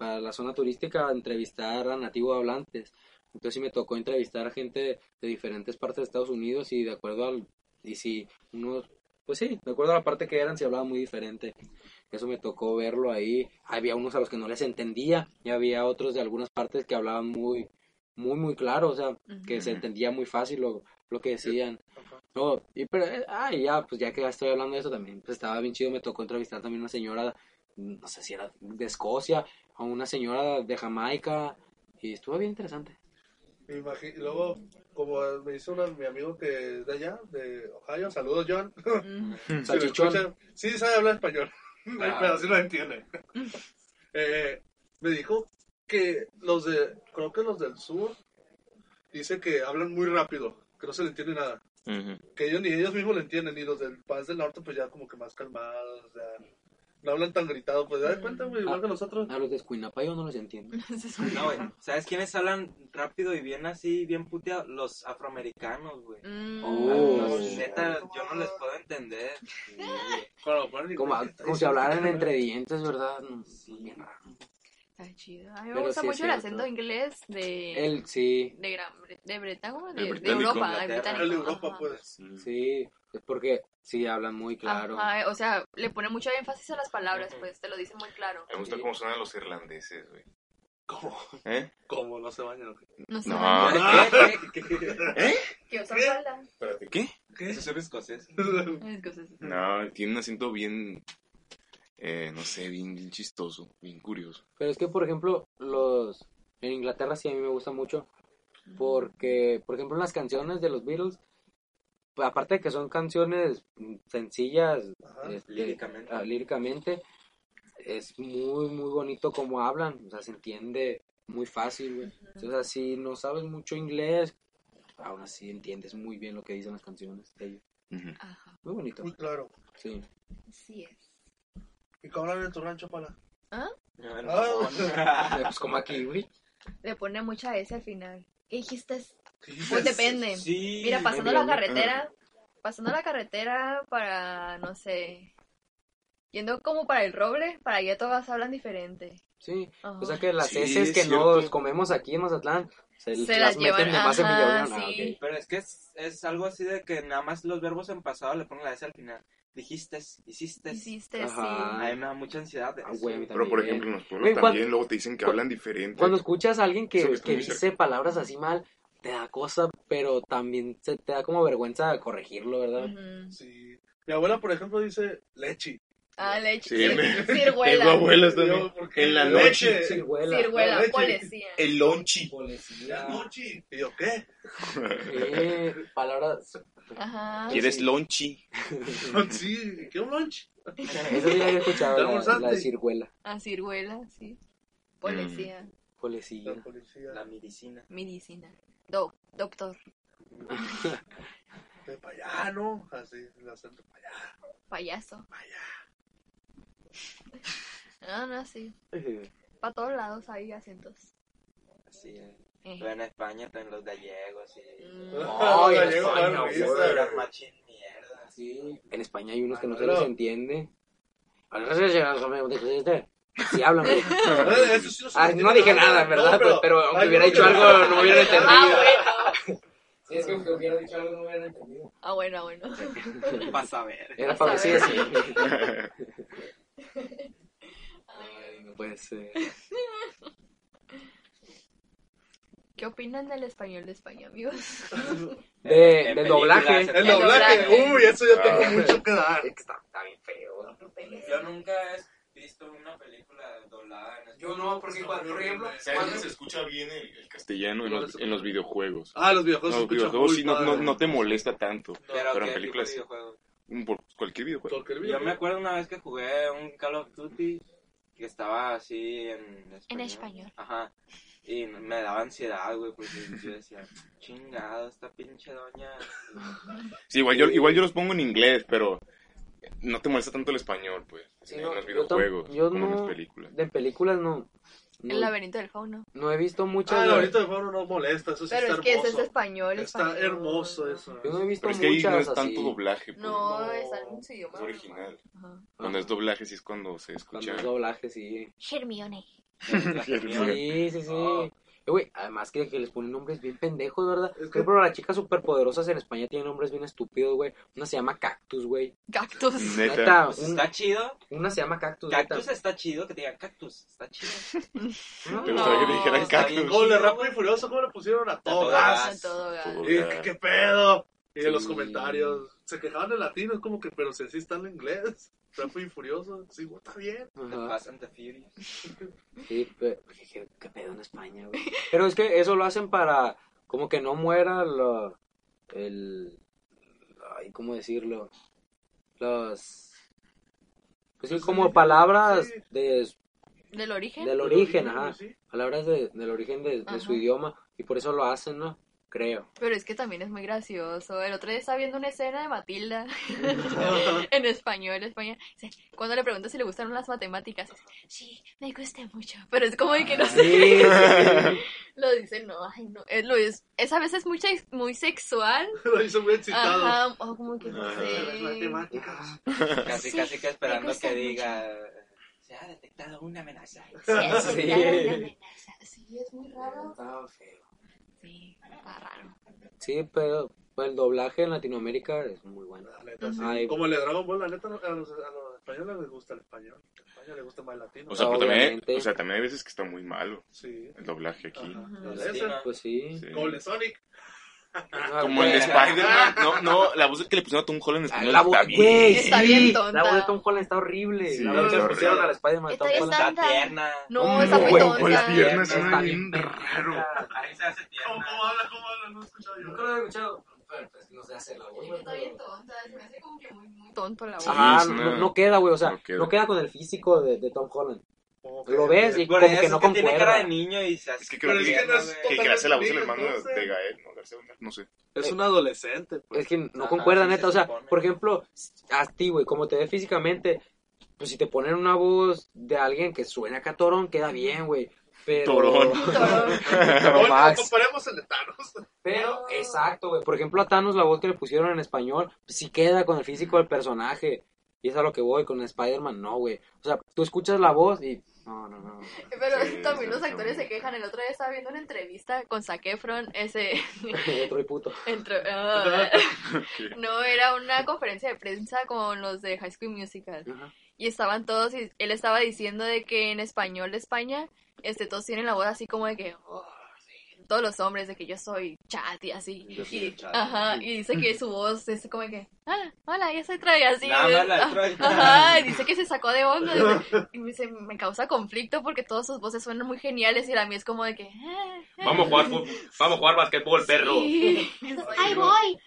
Speaker 2: a la zona turística a entrevistar a nativos hablantes. Entonces sí me tocó entrevistar a gente de diferentes partes de Estados Unidos y de acuerdo al... Y si unos... Pues sí, de acuerdo a la parte que eran se hablaba muy diferente. Eso me tocó verlo ahí. Había unos a los que no les entendía y había otros de algunas partes que hablaban muy, muy, muy claro. O sea, que se
Speaker 4: Ujú.
Speaker 2: entendía muy fácil lo, lo que decían.
Speaker 5: Ajá.
Speaker 2: No, y pero, eh, ah, y ya, pues ya que ya estoy hablando de eso también, pues estaba bien chido, me tocó entrevistar también a una señora, no sé si era de Escocia, a una señora de Jamaica, y estuvo bien interesante.
Speaker 5: Me imagi- y luego, como me dice una- mi amigo que es de allá, de Ohio, saludos, John.
Speaker 3: Mm.
Speaker 5: Si me
Speaker 2: Salchichón.
Speaker 5: escucha, sí sabe hablar español, pero sí lo entiende. Eh, me dijo que los de, creo que los del sur, dice que hablan muy rápido, que no se le entiende nada.
Speaker 4: Ujú.
Speaker 5: Que ellos ni ellos mismos le entienden, y los del paz del norte, pues ya como que más calmados, o sea, no hablan tan gritado, pues da cuenta, güey, igual que nosotros.
Speaker 2: A los de Escuinapa yo no los entiendo.
Speaker 3: Ese es
Speaker 7: No, güey.
Speaker 3: un-
Speaker 7: ¿Sabes quiénes hablan rápido y bien así, bien puteados? Los afroamericanos, güey.
Speaker 3: Mm.
Speaker 2: Oh.
Speaker 7: Los- Neta, yo no les puedo entender.
Speaker 5: Cuando lo ponen en
Speaker 2: Como,
Speaker 5: inglés,
Speaker 2: como si
Speaker 5: sí,
Speaker 2: hablaran
Speaker 5: sí.
Speaker 2: entre dientes, ¿verdad? No, bien raro.
Speaker 3: Está chido. A mí me
Speaker 2: Pero
Speaker 3: gusta
Speaker 2: sí es
Speaker 3: mucho el
Speaker 2: cierto.
Speaker 3: acento inglés de,
Speaker 2: El, sí,
Speaker 3: de Gran Bre- de Bretaña, ¿cómo?
Speaker 4: El
Speaker 3: de, de
Speaker 4: británico.
Speaker 3: Europa, de
Speaker 7: Inglaterra.
Speaker 5: El de
Speaker 3: británico,
Speaker 5: Europa,
Speaker 3: ajá.
Speaker 5: pues.
Speaker 2: sí, es porque sí hablan muy claro.
Speaker 3: Ajá, o sea, le pone mucho énfasis a las palabras,
Speaker 7: Ujú.
Speaker 3: pues te lo dice muy claro.
Speaker 4: Me gusta cómo suenan los irlandeses, güey.
Speaker 5: ¿Cómo?
Speaker 4: ¿Eh?
Speaker 5: ¿Cómo? No se bañan.
Speaker 3: No sé,
Speaker 4: No.
Speaker 3: man,
Speaker 7: ¿Qué?
Speaker 3: que usan
Speaker 5: ¿Qué?
Speaker 3: falda.
Speaker 4: ¿Qué?
Speaker 7: Eso es
Speaker 3: Es
Speaker 7: escocés.
Speaker 3: que, o sea,
Speaker 4: No, tiene un acento bien eh, no sé, bien, bien chistoso, bien curioso.
Speaker 2: Pero es que, por ejemplo, los en Inglaterra sí a mí me gusta mucho. Porque, por ejemplo, en las canciones de los Beatles, pues, aparte de que son canciones mm, sencillas
Speaker 5: Ajá.
Speaker 2: este,
Speaker 7: Líricamente.
Speaker 2: ah, líricamente, es muy, muy bonito como hablan. O sea, se entiende muy fácil, güey. O sea, si no sabes mucho inglés, aún así entiendes muy bien lo que dicen las canciones de ellos.
Speaker 4: Ujú.
Speaker 3: Ajá,
Speaker 2: Muy bonito,
Speaker 5: Muy claro.
Speaker 2: sí.
Speaker 3: así es.
Speaker 5: ¿Y qué hablan en tu rancho, pala?
Speaker 7: Ah, no.
Speaker 5: Ah.
Speaker 2: Pues como aquí, güey.
Speaker 3: Le pone mucha S al final. ¿Qué dijiste?
Speaker 5: ¿Qué
Speaker 3: Pues
Speaker 5: dices?
Speaker 3: depende.
Speaker 7: Sí.
Speaker 3: Mira, pasando la
Speaker 7: obviamente.
Speaker 3: carretera, pasando la carretera para, no sé, yendo como para el roble, para allá todas hablan diferente.
Speaker 2: Sí,
Speaker 3: Ajá.
Speaker 2: o sea que las
Speaker 4: Sí,
Speaker 2: heces que
Speaker 4: es cierto.
Speaker 2: nos comemos aquí en Mazatlán se,
Speaker 3: Se
Speaker 2: las
Speaker 3: las
Speaker 2: meten
Speaker 3: llevan,
Speaker 2: nomás en
Speaker 3: ajá,
Speaker 2: Villaurana. ah,
Speaker 3: sí.
Speaker 2: ok.
Speaker 7: Pero es que es, es algo así de que nada más los verbos en pasado le ponen la S al final. Dijiste, hiciste.
Speaker 3: Hiciste,
Speaker 2: Ajá.
Speaker 3: sí.
Speaker 7: A mí me da mucha ansiedad. de
Speaker 2: Ah,
Speaker 7: eso.
Speaker 2: güey, a mí
Speaker 4: Pero, por
Speaker 2: También.
Speaker 4: ejemplo, en los pueblos
Speaker 2: Güey, cuan-
Speaker 4: también luego te dicen que
Speaker 2: cu-
Speaker 4: hablan diferente.
Speaker 2: Cuando escuchas a alguien que,
Speaker 4: Eso que está
Speaker 2: que
Speaker 4: muy cerca.
Speaker 2: dice palabras así mal, te da cosa, pero también se te da como vergüenza corregirlo, ¿verdad?
Speaker 3: Ujú.
Speaker 5: Sí. Mi abuela, por ejemplo, dice leche.
Speaker 3: Ah, leche.
Speaker 4: Sí,
Speaker 3: cir-
Speaker 4: me- Tengo
Speaker 3: Ciruela.
Speaker 4: abuelas
Speaker 5: Yo,
Speaker 4: también.
Speaker 5: ¿por qué?
Speaker 4: En la
Speaker 5: Leche.
Speaker 4: noche.
Speaker 2: Ciruela.
Speaker 5: La
Speaker 3: Ciruela,
Speaker 5: leche.
Speaker 3: policía.
Speaker 4: El lonchi.
Speaker 2: Policía.
Speaker 5: Noche. ¿Y yo qué?
Speaker 2: Eh, palabras.
Speaker 3: Ajá.
Speaker 4: ¿Quieres lonchi?
Speaker 5: Sí, ¿qué un lunch?
Speaker 2: Eso sí la había escuchado,
Speaker 5: ¿Te
Speaker 2: la,
Speaker 5: almorzaste?
Speaker 2: la de ciruela.
Speaker 3: A ciruela, sí. Policía.
Speaker 5: La
Speaker 2: Policía.
Speaker 5: policía
Speaker 7: La medicina.
Speaker 3: Medicina. Do, doctor.
Speaker 5: de para allá, ¿no? Así, la santa para allá.
Speaker 3: Payaso. Ah, no, sí.
Speaker 2: Eh,
Speaker 3: Para todos lados hay acentos.
Speaker 7: Así es.
Speaker 3: Eh.
Speaker 7: Pero en España también los gallegos. Y...
Speaker 3: Mm.
Speaker 2: Ay,
Speaker 5: La llevo
Speaker 2: España,
Speaker 5: para
Speaker 2: güey.
Speaker 5: risa.
Speaker 7: Eran machín mierda.
Speaker 2: En España hay unos que no se
Speaker 5: Manolo.
Speaker 2: les entiende. Sí, hablan, güey.
Speaker 5: Eh, eso sí
Speaker 2: Ah, no dije nada, en ¿verdad? pero, pero aunque
Speaker 5: Ay,
Speaker 2: hubiera
Speaker 5: no,
Speaker 2: dicho
Speaker 5: pero-
Speaker 2: algo, no hubiera entendido.
Speaker 3: Ah, bueno.
Speaker 2: Sí, es que aunque hubiera dicho algo, no hubiera entendido.
Speaker 3: Ah, bueno, ah, bueno.
Speaker 7: Vas a ver.
Speaker 2: Era para decir así.
Speaker 4: Ujú.
Speaker 2: Ay, no puede ser.
Speaker 3: ¿Qué opinan del español de España, amigos?
Speaker 2: De-
Speaker 7: En
Speaker 2: del
Speaker 7: películas,
Speaker 2: doblaje.
Speaker 7: en
Speaker 5: El
Speaker 3: El
Speaker 5: doblaje,
Speaker 3: doblaje.
Speaker 5: uy, eso yo
Speaker 4: Ah.
Speaker 5: tengo mucho que dar.
Speaker 2: Está, está bien feo.
Speaker 7: Yo nunca he visto una película doblada en español.
Speaker 2: no, porque cuando, por ejemplo,
Speaker 6: O sea, no se escucha bien el, el castellano.
Speaker 4: Castellano en los, en los videojuegos.
Speaker 5: Ah, los videojuegos
Speaker 4: No,
Speaker 5: se
Speaker 4: los
Speaker 5: escuchan
Speaker 4: videojuegos
Speaker 5: muy
Speaker 4: sí no, no,
Speaker 5: padre.
Speaker 4: no te molesta tanto.
Speaker 7: Pero,
Speaker 4: pero en
Speaker 7: ¿qué
Speaker 4: películas sí.
Speaker 7: tipo de videojuego?
Speaker 4: Un- Por cualquier videojuego.
Speaker 5: Cualquier
Speaker 7: Yo
Speaker 5: videojuego.
Speaker 7: me acuerdo una vez que jugué un Call of Duty que estaba así en español.
Speaker 3: En español.
Speaker 7: Ajá. Y me daba ansiedad, güey, porque yo decía, chingado, esta pinche doña.
Speaker 4: Sí, igual yo, igual yo los pongo en inglés, pero no te molesta tanto el español, pues.
Speaker 2: Sí,
Speaker 4: en
Speaker 2: no,
Speaker 4: los
Speaker 2: yo tam-
Speaker 4: videojuegos,
Speaker 2: yo
Speaker 4: como en
Speaker 2: no-
Speaker 4: las películas.
Speaker 2: De películas no.
Speaker 3: El
Speaker 2: No,
Speaker 3: laberinto del fauno.
Speaker 2: no he visto muchas.
Speaker 5: Ah, el
Speaker 2: de-
Speaker 5: laberinto de Fauno no molesta, eso sí
Speaker 3: Pero es
Speaker 5: está
Speaker 3: que ese es
Speaker 5: hermoso.
Speaker 3: español.
Speaker 5: Está
Speaker 3: español.
Speaker 5: hermoso eso.
Speaker 2: Yo no he visto
Speaker 4: Pero es que ahí
Speaker 2: muchas
Speaker 4: no es tanto
Speaker 2: así.
Speaker 4: doblaje, pues.
Speaker 3: No,
Speaker 5: No.
Speaker 3: está en su
Speaker 4: Es
Speaker 3: idioma.
Speaker 4: original.
Speaker 3: Ajá.
Speaker 4: Cuando es doblaje sí es cuando se
Speaker 2: Cuando
Speaker 4: escucha.
Speaker 2: es doblaje, sí.
Speaker 3: Hermione.
Speaker 4: Hermione.
Speaker 2: Sí, sí, sí.
Speaker 7: Oh.
Speaker 2: Eh, güey, además que, que les ponen nombres bien pendejos, ¿verdad?
Speaker 5: Es
Speaker 2: Por ejemplo, las chicas superpoderosas en España tienen nombres bien estúpidos, güey. Una se llama Cactus, güey.
Speaker 3: Cactus.
Speaker 4: Neta.
Speaker 2: Neta,
Speaker 7: Pues
Speaker 2: un-
Speaker 7: está chido.
Speaker 2: una se llama Cactus.
Speaker 7: Cactus
Speaker 2: neta.
Speaker 7: está chido, que te digan cactus, está chido.
Speaker 2: No,
Speaker 4: ¿Te gustaría que te dijeran
Speaker 7: está bien.
Speaker 4: cactus?
Speaker 5: Con la rápido y furioso, ¿cómo le pusieron a todas?
Speaker 3: A todo gas.
Speaker 4: Todo.
Speaker 5: Y es que, ¿Qué pedo? Y en los
Speaker 2: Sí.
Speaker 5: comentarios se quejaban en latino, es como que, pero si así está en inglés, rápido y furioso, sí, güey, está bien.
Speaker 2: Ajá,
Speaker 7: Fast and the Furious.
Speaker 2: sí, pe- qué- qué- qué pedo en España, güey. Pero es que eso lo hacen para como que no muera la- el... Ay, ¿cómo decirlo? Las... Pues sí,
Speaker 5: Los
Speaker 2: como
Speaker 5: orígenes,
Speaker 2: palabras
Speaker 5: sí.
Speaker 2: de
Speaker 3: ¿Del origen?
Speaker 2: Del origen, ajá.
Speaker 5: sí.
Speaker 2: Palabras de- del origen de, de su
Speaker 3: Ajá.
Speaker 2: idioma. Y por eso lo hacen, ¿no? Creo.
Speaker 3: Pero es que también es muy gracioso. El otro día estaba viendo una escena de Matilda en español, España. Dice, Cuando le preguntas si le gustaron las matemáticas, dice, sí, me gusta mucho. Pero es como de que no sé.
Speaker 2: Sí,
Speaker 3: Lo dice, no, ay, no. Es, lo es, es a veces muy, sex- muy sexual.
Speaker 5: Lo hizo muy excitado.
Speaker 3: Ajá, o como que no
Speaker 4: Ajá.
Speaker 5: Las
Speaker 3: sé.
Speaker 5: matemáticas.
Speaker 7: Casi,
Speaker 3: Sí,
Speaker 7: casi que esperando
Speaker 3: me gusta
Speaker 7: que diga. Se ha detectado una amenaza.
Speaker 3: Sí,
Speaker 2: Sí.
Speaker 3: sí. sí, es muy raro. Sí, está raro.
Speaker 2: sí, pero pero el doblaje en Latinoamérica es muy bueno.
Speaker 5: La neta, sí.
Speaker 2: Ay.
Speaker 5: Como el de Dragon Ball, la neta, a los, a los españoles les gusta el español. A España les gusta más el latino.
Speaker 4: O sea, pero también,
Speaker 2: Obviamente.
Speaker 4: o sea, también hay veces que está muy malo
Speaker 5: sí.
Speaker 4: el doblaje aquí.
Speaker 5: Ajá.
Speaker 7: Sí,
Speaker 5: Ese.
Speaker 7: ¿no?
Speaker 2: Pues sí. Ah, pues,
Speaker 4: Sí.
Speaker 5: Como el de Sonic.
Speaker 4: Como
Speaker 2: eh,
Speaker 4: el de Spider-Man. No, no, la voz que le pusieron a Tom Holland en español
Speaker 2: La
Speaker 4: está
Speaker 2: voz,
Speaker 4: bien.
Speaker 2: güey,
Speaker 3: Está
Speaker 2: sí.
Speaker 3: bien tonta.
Speaker 2: La voz de Tom Holland está horrible.
Speaker 4: Sí,
Speaker 2: la voz que le
Speaker 4: está
Speaker 2: pusieron
Speaker 6: horrible.
Speaker 2: al Spider-Man de Tom
Speaker 3: Está bien
Speaker 2: Holland
Speaker 7: Está tierna.
Speaker 3: No,
Speaker 4: ¿Cómo,
Speaker 3: está muy
Speaker 4: güey?
Speaker 3: tonta.
Speaker 4: Con las piernas
Speaker 2: Está
Speaker 4: suena
Speaker 2: bien
Speaker 4: bien raro.
Speaker 7: Ahí se hace
Speaker 5: ¿Cómo,
Speaker 7: tierna.
Speaker 5: cómo habla? ¿Cómo habla? No he escuchado yo.
Speaker 2: Nunca lo había escuchado. Pero, pues, No sé hacerla, güey.
Speaker 3: Está bien tonta. Se me hace como que muy, muy tonto la voz.
Speaker 4: Sí,
Speaker 2: Ajá,
Speaker 4: es una-
Speaker 2: no, no queda, güey. O sea, no
Speaker 4: no
Speaker 2: queda.
Speaker 4: queda.
Speaker 2: con el físico de, de Tom Holland.
Speaker 5: Ok.
Speaker 2: Lo ves y
Speaker 7: Por
Speaker 2: como
Speaker 7: eso
Speaker 2: que
Speaker 7: es
Speaker 2: no
Speaker 7: que tiene cara de
Speaker 2: concuerda.
Speaker 7: niño y se hace
Speaker 4: Es que creo
Speaker 5: Pero
Speaker 4: que,
Speaker 5: es que no
Speaker 7: tierna,
Speaker 5: es
Speaker 7: güey.
Speaker 4: que, que le hace la voz el hermano de, de Gael, ¿no? García Bernal, no sé.
Speaker 2: Eh.
Speaker 8: Es un adolescente, pues.
Speaker 2: Es que no
Speaker 7: Ajá,
Speaker 2: concuerda,
Speaker 7: sí,
Speaker 2: neta.
Speaker 7: se
Speaker 2: O sea,
Speaker 7: supone.
Speaker 2: por ejemplo, a ti, güey, como te ve físicamente, pues si te ponen una voz de alguien que suena acá torón, queda bien, güey. Pero...
Speaker 4: Torón.
Speaker 2: Pero
Speaker 5: Ahorita
Speaker 2: Max.
Speaker 5: comparemos el de Thanos.
Speaker 2: Pero, exacto, güey. Por ejemplo, a Thanos la voz que le pusieron en español, pues, sí queda con el físico del personaje. Y es a lo que voy, con Spider-Man no, güey. O sea, tú escuchas la voz y... No, no, no.
Speaker 3: Pero
Speaker 4: Sí,
Speaker 3: también
Speaker 4: está
Speaker 3: los actores
Speaker 4: muy-
Speaker 3: se quejan. El otro día estaba viendo una entrevista con Zac Efron, ese...
Speaker 2: Otro y puto.
Speaker 3: entre- ah. no, era una conferencia de prensa con los de High School Musical.
Speaker 2: Ajá.
Speaker 3: Y estaban todos, y él estaba diciendo de que en español de España, este, todos tienen la voz así como de que... "Oh, sí". Todos los hombres, de que yo soy chat y así.
Speaker 2: Yo soy
Speaker 3: y,
Speaker 2: el chat.
Speaker 3: Ajá, y dice que su voz es como que... Hola, hola, yo soy Troy, así.
Speaker 7: Nada más la de Troy.
Speaker 3: Ajá, y dice que se sacó de onda. dice- Y me dice, me causa conflicto porque todas sus voces suenan muy geniales y la mía es como de que... "Ah, ah".
Speaker 1: Vamos a jugar fútbol, vamos a jugar basquetbol, perro.
Speaker 3: Sí.
Speaker 1: Ahí
Speaker 3: voy.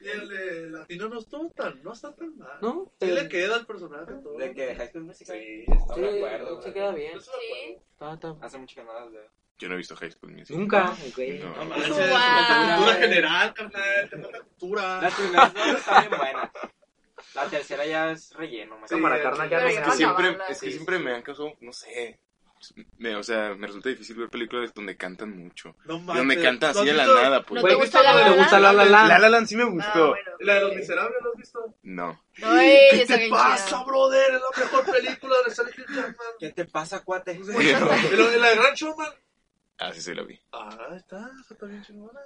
Speaker 5: Y el de latino no estuvo tan, no está tan mal.
Speaker 2: ¿No?
Speaker 5: Sí
Speaker 2: Te-
Speaker 5: le queda el personaje todo.
Speaker 7: De que High School Musical.
Speaker 5: Sí,
Speaker 7: no
Speaker 2: Sí,
Speaker 7: me acuerdo.
Speaker 2: se
Speaker 7: güey.
Speaker 2: queda bien.
Speaker 5: Eso me
Speaker 2: Está-
Speaker 5: acuerdo.
Speaker 2: está-
Speaker 7: Hace mucho que no las veo.
Speaker 4: Yo no he visto High School Musical.
Speaker 2: Nunca, güey.
Speaker 5: No
Speaker 4: No.
Speaker 5: manches,
Speaker 3: Wow.
Speaker 5: la cultura general, carnal, te falta cultura.
Speaker 7: Las primeras dos están bien buenas. La tercera ya es relleno. más
Speaker 5: Sí,
Speaker 7: o menos.
Speaker 2: Cámara, carnal, ya
Speaker 3: Pero
Speaker 2: no
Speaker 3: ya
Speaker 2: sé.
Speaker 4: Es que
Speaker 3: Acabarla,
Speaker 4: siempre, es
Speaker 3: sí,
Speaker 4: que
Speaker 3: sí.
Speaker 4: siempre me han causado, no sé. me- o sea, me resulta difícil ver películas donde cantan mucho.
Speaker 5: No
Speaker 4: Y donde
Speaker 5: manches.
Speaker 4: cantan así
Speaker 5: ¿No
Speaker 4: de
Speaker 5: has
Speaker 4: la
Speaker 5: visto-
Speaker 4: nada, pues.
Speaker 3: ¿No te
Speaker 2: Güey,
Speaker 3: gusta la
Speaker 2: ¿te
Speaker 3: la la?
Speaker 2: gusta la la la?
Speaker 4: La La Land sí me
Speaker 3: Ah,
Speaker 4: gustó.
Speaker 3: bueno.
Speaker 5: La de los miserables, ¿lo has visto?
Speaker 4: No.
Speaker 3: No, ey,
Speaker 5: ¿Qué
Speaker 3: está
Speaker 5: te
Speaker 3: bien
Speaker 5: pasa,
Speaker 3: chida.
Speaker 5: brother? Es la mejor película de Sally Jackman.
Speaker 7: ¿Qué te pasa, cuate?
Speaker 4: Oye, no.
Speaker 5: ¿Y lo- y la de Gran Showman?
Speaker 4: Ah, sí, sí la vi.
Speaker 5: Ah, ahí está, esa está bien chingona.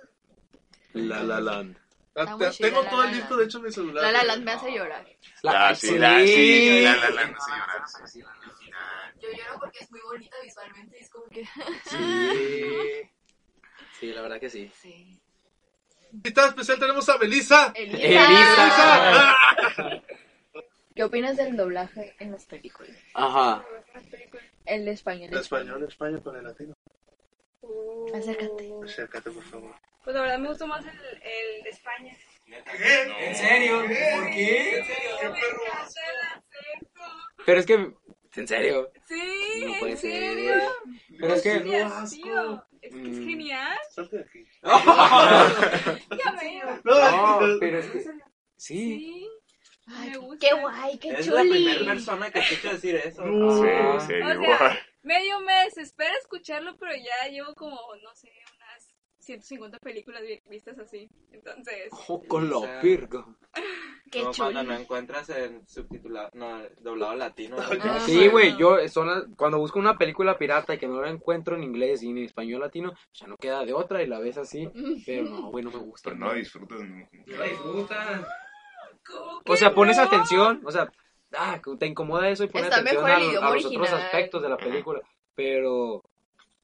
Speaker 8: La La Land.
Speaker 3: Está
Speaker 5: Ah,
Speaker 3: muy
Speaker 5: te-
Speaker 3: chida,
Speaker 5: Tengo
Speaker 3: La
Speaker 5: todo
Speaker 3: La
Speaker 5: el disco,
Speaker 3: Land.
Speaker 5: de hecho, en mi celular.
Speaker 3: La La Land me hace llorar.
Speaker 4: La, sí, la, sí, la, la, la, no sé llorar.
Speaker 3: Yo lloro porque es muy bonita visualmente y es como que...
Speaker 2: Sí. Sí, la verdad que sí.
Speaker 3: Sí.
Speaker 5: Invitada especial tenemos a Melissa.
Speaker 3: Elisa.
Speaker 2: Elisa.
Speaker 3: ¿Qué opinas del doblaje en las películas?
Speaker 2: Ajá.
Speaker 3: El español.
Speaker 5: El español, de España con el latino.
Speaker 3: Acércate.
Speaker 2: Oh.
Speaker 5: Acércate, por favor.
Speaker 9: Pues la verdad me gustó más el, el de España.
Speaker 2: ¿En serio? ¿Por qué?
Speaker 9: Me encanta el acento.
Speaker 2: Pero es que. ¿En serio?
Speaker 9: Sí,
Speaker 2: No puede
Speaker 9: en
Speaker 2: ser.
Speaker 9: serio.
Speaker 2: Pero es que.
Speaker 9: Gracias, tío. Es que es
Speaker 2: Mm.
Speaker 9: genial.
Speaker 5: Salte de aquí.
Speaker 9: Ya veo.
Speaker 2: No, pero es que. Sí.
Speaker 9: Sí.
Speaker 3: Ay,
Speaker 9: Me gusta.
Speaker 3: qué guay, qué
Speaker 7: Es la primera
Speaker 3: chuli.
Speaker 7: persona que escucha decir eso.
Speaker 5: No.
Speaker 2: Ah.
Speaker 4: Sí, sí,
Speaker 9: O sea,
Speaker 4: igual.
Speaker 9: Medio mes, espero escucharlo, pero ya llevo como, no sé, unas 150 películas vi- vistas así. Entonces,
Speaker 2: Joco lo pirgo.
Speaker 3: Qué
Speaker 7: No, cuando no
Speaker 3: chuli.
Speaker 7: encuentras el subtitulado, no, el doblado latino.
Speaker 3: Ajá.
Speaker 2: Sí, güey, yo son las- cuando busco una película pirata y que no la encuentro en inglés y en español latino, ya no queda de otra y la ves así, pero no, güey, no me gusta.
Speaker 4: Pero no disfrutas, no.
Speaker 2: No la disfrutas.
Speaker 9: ¿cómo que
Speaker 2: O sea, pones
Speaker 9: no?
Speaker 2: atención, o sea, ah, que te incomoda eso y pones
Speaker 3: Está
Speaker 2: atención
Speaker 3: mejor el
Speaker 2: a, los-
Speaker 3: idioma
Speaker 2: a los otros
Speaker 3: original.
Speaker 2: aspectos de la película, pero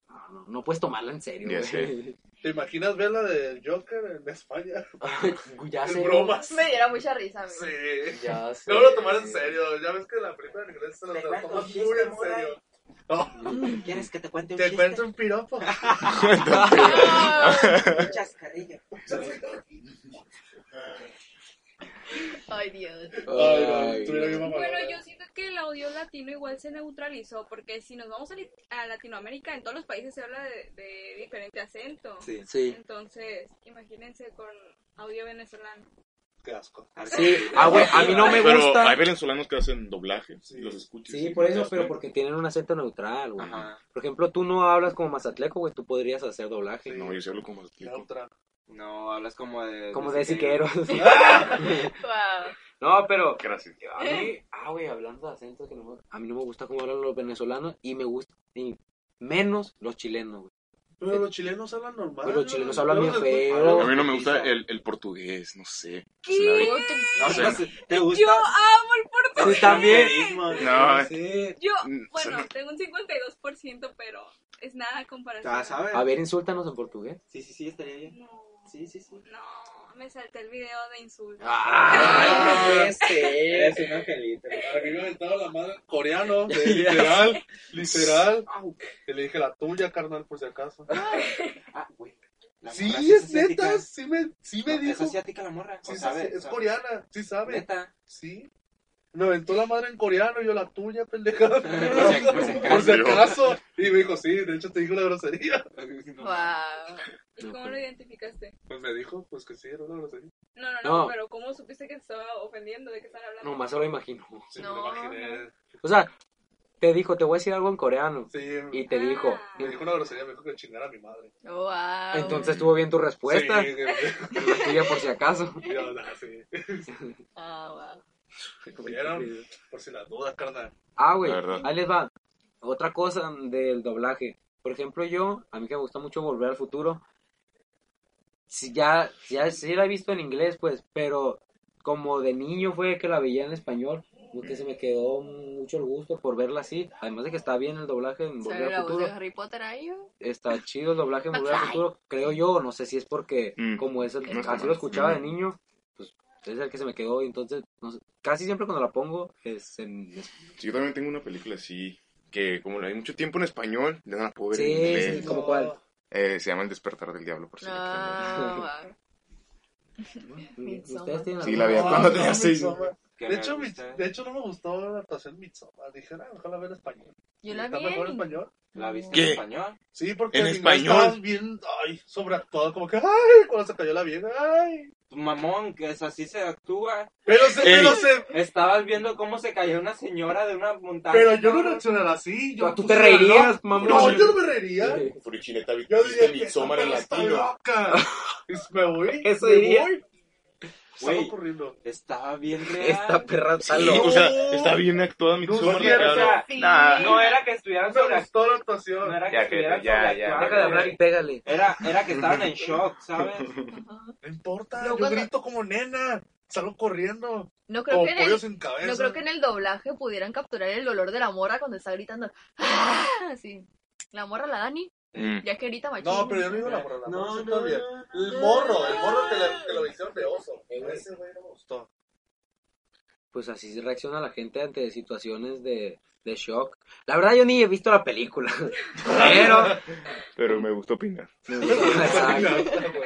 Speaker 2: no, no, no puedes tomarla en serio.
Speaker 4: Ya
Speaker 2: güey.
Speaker 4: sé.
Speaker 5: ¿Te imaginas ver la de Joker en España?
Speaker 2: Ay, ya
Speaker 5: Es
Speaker 2: sé.
Speaker 5: bromas.
Speaker 3: Me diera mucha risa. amigo.
Speaker 5: Sí.
Speaker 2: Ya sé.
Speaker 5: No lo tomas en serio. Ya ves que la primera en inglés se lo
Speaker 7: Te cuento
Speaker 5: tomas
Speaker 7: un
Speaker 5: muy
Speaker 7: chiste,
Speaker 5: en serio. No,
Speaker 7: ¿Quieres que te cuente un
Speaker 5: te
Speaker 7: chiste?
Speaker 5: cuento un piropo.
Speaker 7: Un chascarrillo.
Speaker 3: Ay, Dios.
Speaker 5: Ay, no,
Speaker 2: Ay,
Speaker 9: Bueno, yo siento que el audio latino igual se neutralizó, porque si nos vamos a, li- a Latinoamérica, en todos los países se habla de, de diferente acento.
Speaker 7: Sí.
Speaker 2: Sí.
Speaker 9: Entonces, imagínense con audio venezolano.
Speaker 5: Qué asco.
Speaker 2: Sí, ah, güey, a mí no me
Speaker 4: Pero hay
Speaker 2: gusta.
Speaker 4: venezolanos que hacen doblaje.
Speaker 5: Sí.
Speaker 4: Los escuchas.
Speaker 2: Sí, por eso, pero porque tienen un acento neutral, güey.
Speaker 7: Ajá.
Speaker 2: Por ejemplo, tú no hablas como mazatleco, güey, tú podrías hacer doblaje.
Speaker 5: Sí.
Speaker 4: No, yo sí hablo como
Speaker 5: La
Speaker 4: azteco.
Speaker 5: otra.
Speaker 7: No, hablas como de...
Speaker 2: Como de siqueros.
Speaker 3: Wow.
Speaker 2: no, pero
Speaker 4: Gracias.
Speaker 2: a mí, ah, güey, hablando de acentos, que no me- a mí no me gusta cómo hablan los venezolanos y me gusta y menos los chilenos, güey.
Speaker 5: Pero los chilenos hablan normal.
Speaker 2: Güey, los chilenos
Speaker 5: ¿no?
Speaker 2: hablan bien
Speaker 5: Luego después-
Speaker 4: A
Speaker 2: feo.
Speaker 4: mí no me gusta el, el portugués, no sé.
Speaker 9: ¿Qué?
Speaker 4: Se me
Speaker 7: No,
Speaker 4: Sí.
Speaker 7: pues, ¿Te gusta?
Speaker 9: Yo amo el portugués.
Speaker 2: Sí, también.
Speaker 7: Periodismo.
Speaker 4: No,
Speaker 2: Sí.
Speaker 9: Yo,
Speaker 4: Mm,
Speaker 9: bueno,
Speaker 4: suena-
Speaker 9: tengo un 52%, pero es nada a comparación.
Speaker 7: Ya sabes.
Speaker 2: A ver, insúltanos en portugués.
Speaker 7: Sí, sí, sí, estaría bien.
Speaker 9: No,
Speaker 7: Sí, Ah, sí, sí.
Speaker 9: no, me salté el video de insultos.
Speaker 2: Ah, ¡Ay,
Speaker 7: Eres un angelito.
Speaker 5: A mí me aventaba la madre coreano, de literal, literal. Y le dije la tuya, carnal, por si acaso.
Speaker 7: Ah, güey. La
Speaker 5: Sí,
Speaker 7: morra
Speaker 5: es
Speaker 7: asiática.
Speaker 5: neta, sí me, sí me
Speaker 7: No, Es
Speaker 5: dijo. Sí,
Speaker 7: asiática la morra.
Speaker 5: sí,
Speaker 7: o
Speaker 5: sí,
Speaker 7: sabe,
Speaker 5: es
Speaker 7: sabe.
Speaker 5: coreana, sí sabe.
Speaker 7: Neta.
Speaker 5: Sí. Me aventó la madre en coreano, yo la tuya, pendeja.
Speaker 7: Por si- por si acaso.
Speaker 5: Por si acaso. Y me dijo, sí, de hecho te dije una grosería.
Speaker 3: Wow.
Speaker 9: ¿Y cómo lo identificaste?
Speaker 5: Pues me dijo, pues que sí, era una grosería.
Speaker 9: No, no, no,
Speaker 2: No.
Speaker 9: pero ¿cómo supiste que te estaba ofendiendo? ¿De qué están hablando?
Speaker 2: No, más se lo imagino.
Speaker 5: Sí,
Speaker 3: No,
Speaker 5: me lo imaginé.
Speaker 2: O sea, te dijo, te voy a decir algo en coreano.
Speaker 5: Sí,
Speaker 2: Y te dijo.
Speaker 5: me dijo una grosería, me dijo que chingara a mi madre.
Speaker 3: Wow.
Speaker 2: Entonces estuvo bien tu respuesta.
Speaker 5: Ah. Sí, que-
Speaker 2: La tuya por si acaso.
Speaker 5: yo, nah, sí.
Speaker 3: Ah, wow.
Speaker 5: ¿Vieron? Por si las dudas, carnal.
Speaker 2: Ah, güey,
Speaker 4: La verdad.
Speaker 2: ahí les va. Otra cosa del doblaje. Por ejemplo, yo, a mí que me gusta mucho Volver al Futuro, si ya, ya sí la he visto en inglés, pues, pero como de niño fue que la veía en español, como que se me quedó mucho el gusto por verla así. Además de que está bien el doblaje en
Speaker 3: ¿Sale
Speaker 2: Volver
Speaker 3: la
Speaker 2: al
Speaker 3: voz de
Speaker 2: Futuro.
Speaker 3: Harry Potter ahí? güey?
Speaker 2: Está chido el doblaje en Volver al Futuro, creo yo. No sé si es porque,
Speaker 4: Mm.
Speaker 2: como es el-
Speaker 4: No está
Speaker 2: así
Speaker 4: mal.
Speaker 2: lo escuchaba de
Speaker 4: Mm.
Speaker 2: niño, pues es el que se me quedó. Y entonces, no sé, casi siempre cuando la pongo es en
Speaker 4: Sí, yo también tengo una película así, que como la vi mucho tiempo en español, ya no la puedo ver en
Speaker 2: Sí,
Speaker 4: inglés.
Speaker 5: Este,
Speaker 2: sí, ¿Cómo cuál?
Speaker 4: Eh, se llama El despertar del diablo, por si la
Speaker 3: Ah, wow.
Speaker 2: ¿Ustedes tienen Ah,
Speaker 4: quieren ver. Sí, la vi
Speaker 5: No,
Speaker 4: cuando
Speaker 5: no,
Speaker 4: tenía seis.
Speaker 5: Midsommar.
Speaker 7: Que
Speaker 5: De
Speaker 7: me
Speaker 5: hecho,
Speaker 7: gusta.
Speaker 5: mi- de hecho, no me gustó la adaptación Midsommar. Dije, ah, mejor la ver en español.
Speaker 3: Yo la
Speaker 5: ¿Está
Speaker 3: vi
Speaker 5: mejor en
Speaker 3: en-
Speaker 5: español?
Speaker 7: ¿La viste
Speaker 4: ¿Qué?
Speaker 7: en español?
Speaker 5: Sí, porque
Speaker 4: En
Speaker 5: al final
Speaker 4: español.
Speaker 5: estabas bien, ay, sobreactuado, como que, ay, cuando se cayó la vieja, ay.
Speaker 7: Tu mamón, que es así se actúa.
Speaker 5: Pero se,
Speaker 4: Ey.
Speaker 5: pero se,
Speaker 7: Estabas viendo cómo se cayó una señora de una montaña.
Speaker 5: pero yo no
Speaker 7: cabrón.
Speaker 5: reaccionara así. Yo
Speaker 2: ¿Tú
Speaker 5: puse
Speaker 2: te
Speaker 5: la loca.
Speaker 2: reirías, mamón?
Speaker 5: No, yo no me reiría.
Speaker 4: Furichineta,
Speaker 5: Yo
Speaker 4: viste
Speaker 5: diría que esta
Speaker 4: Midsommar en
Speaker 5: perra está
Speaker 4: latino.
Speaker 5: loca. Y me voy,
Speaker 2: Eso
Speaker 5: me
Speaker 2: diría.
Speaker 5: voy. Estaba
Speaker 7: Güey.
Speaker 5: ocurriendo.
Speaker 7: Estaba bien real.
Speaker 2: Esta perra está
Speaker 4: Sí,
Speaker 2: loca.
Speaker 4: o sea, está bien actuada Midsommar.
Speaker 5: sí, o
Speaker 4: claro.
Speaker 7: sea,
Speaker 4: Nah,
Speaker 7: No era que estuvieran sobre
Speaker 5: Me gustó la actuación.
Speaker 7: No era que
Speaker 4: Ya, que-
Speaker 7: estuvieran
Speaker 4: ya,
Speaker 7: sobre
Speaker 4: ya,
Speaker 7: actuando,
Speaker 2: Deja de hablar y pégale.
Speaker 7: Era, era que estaban en shock, ¿sabes?
Speaker 5: No importa,
Speaker 3: Luego
Speaker 5: yo
Speaker 3: cuando-
Speaker 5: grito como nena. Salgo corriendo.
Speaker 3: No creo
Speaker 5: Como
Speaker 3: que en el
Speaker 5: pollo sin cabeza.
Speaker 3: No creo que en el doblaje pudieran capturar el olor de la morra cuando está gritando. "Ah", Así. La morra, la Dani,
Speaker 4: Mm.
Speaker 3: ya que grita machín.
Speaker 5: No, pero yo no digo la morra. La morra
Speaker 7: No,
Speaker 5: sí
Speaker 7: no,
Speaker 5: está bien.
Speaker 7: no,
Speaker 5: El
Speaker 7: no.
Speaker 5: morro, el morro que, le- que lo hicieron de oso.
Speaker 2: Eh, güey.
Speaker 5: Ese güey no me gustó.
Speaker 2: Pues así reacciona la gente ante situaciones de, de shock. La verdad, yo ni he visto la película. Pero.
Speaker 4: Pero me gustó opinar.
Speaker 2: Exacto.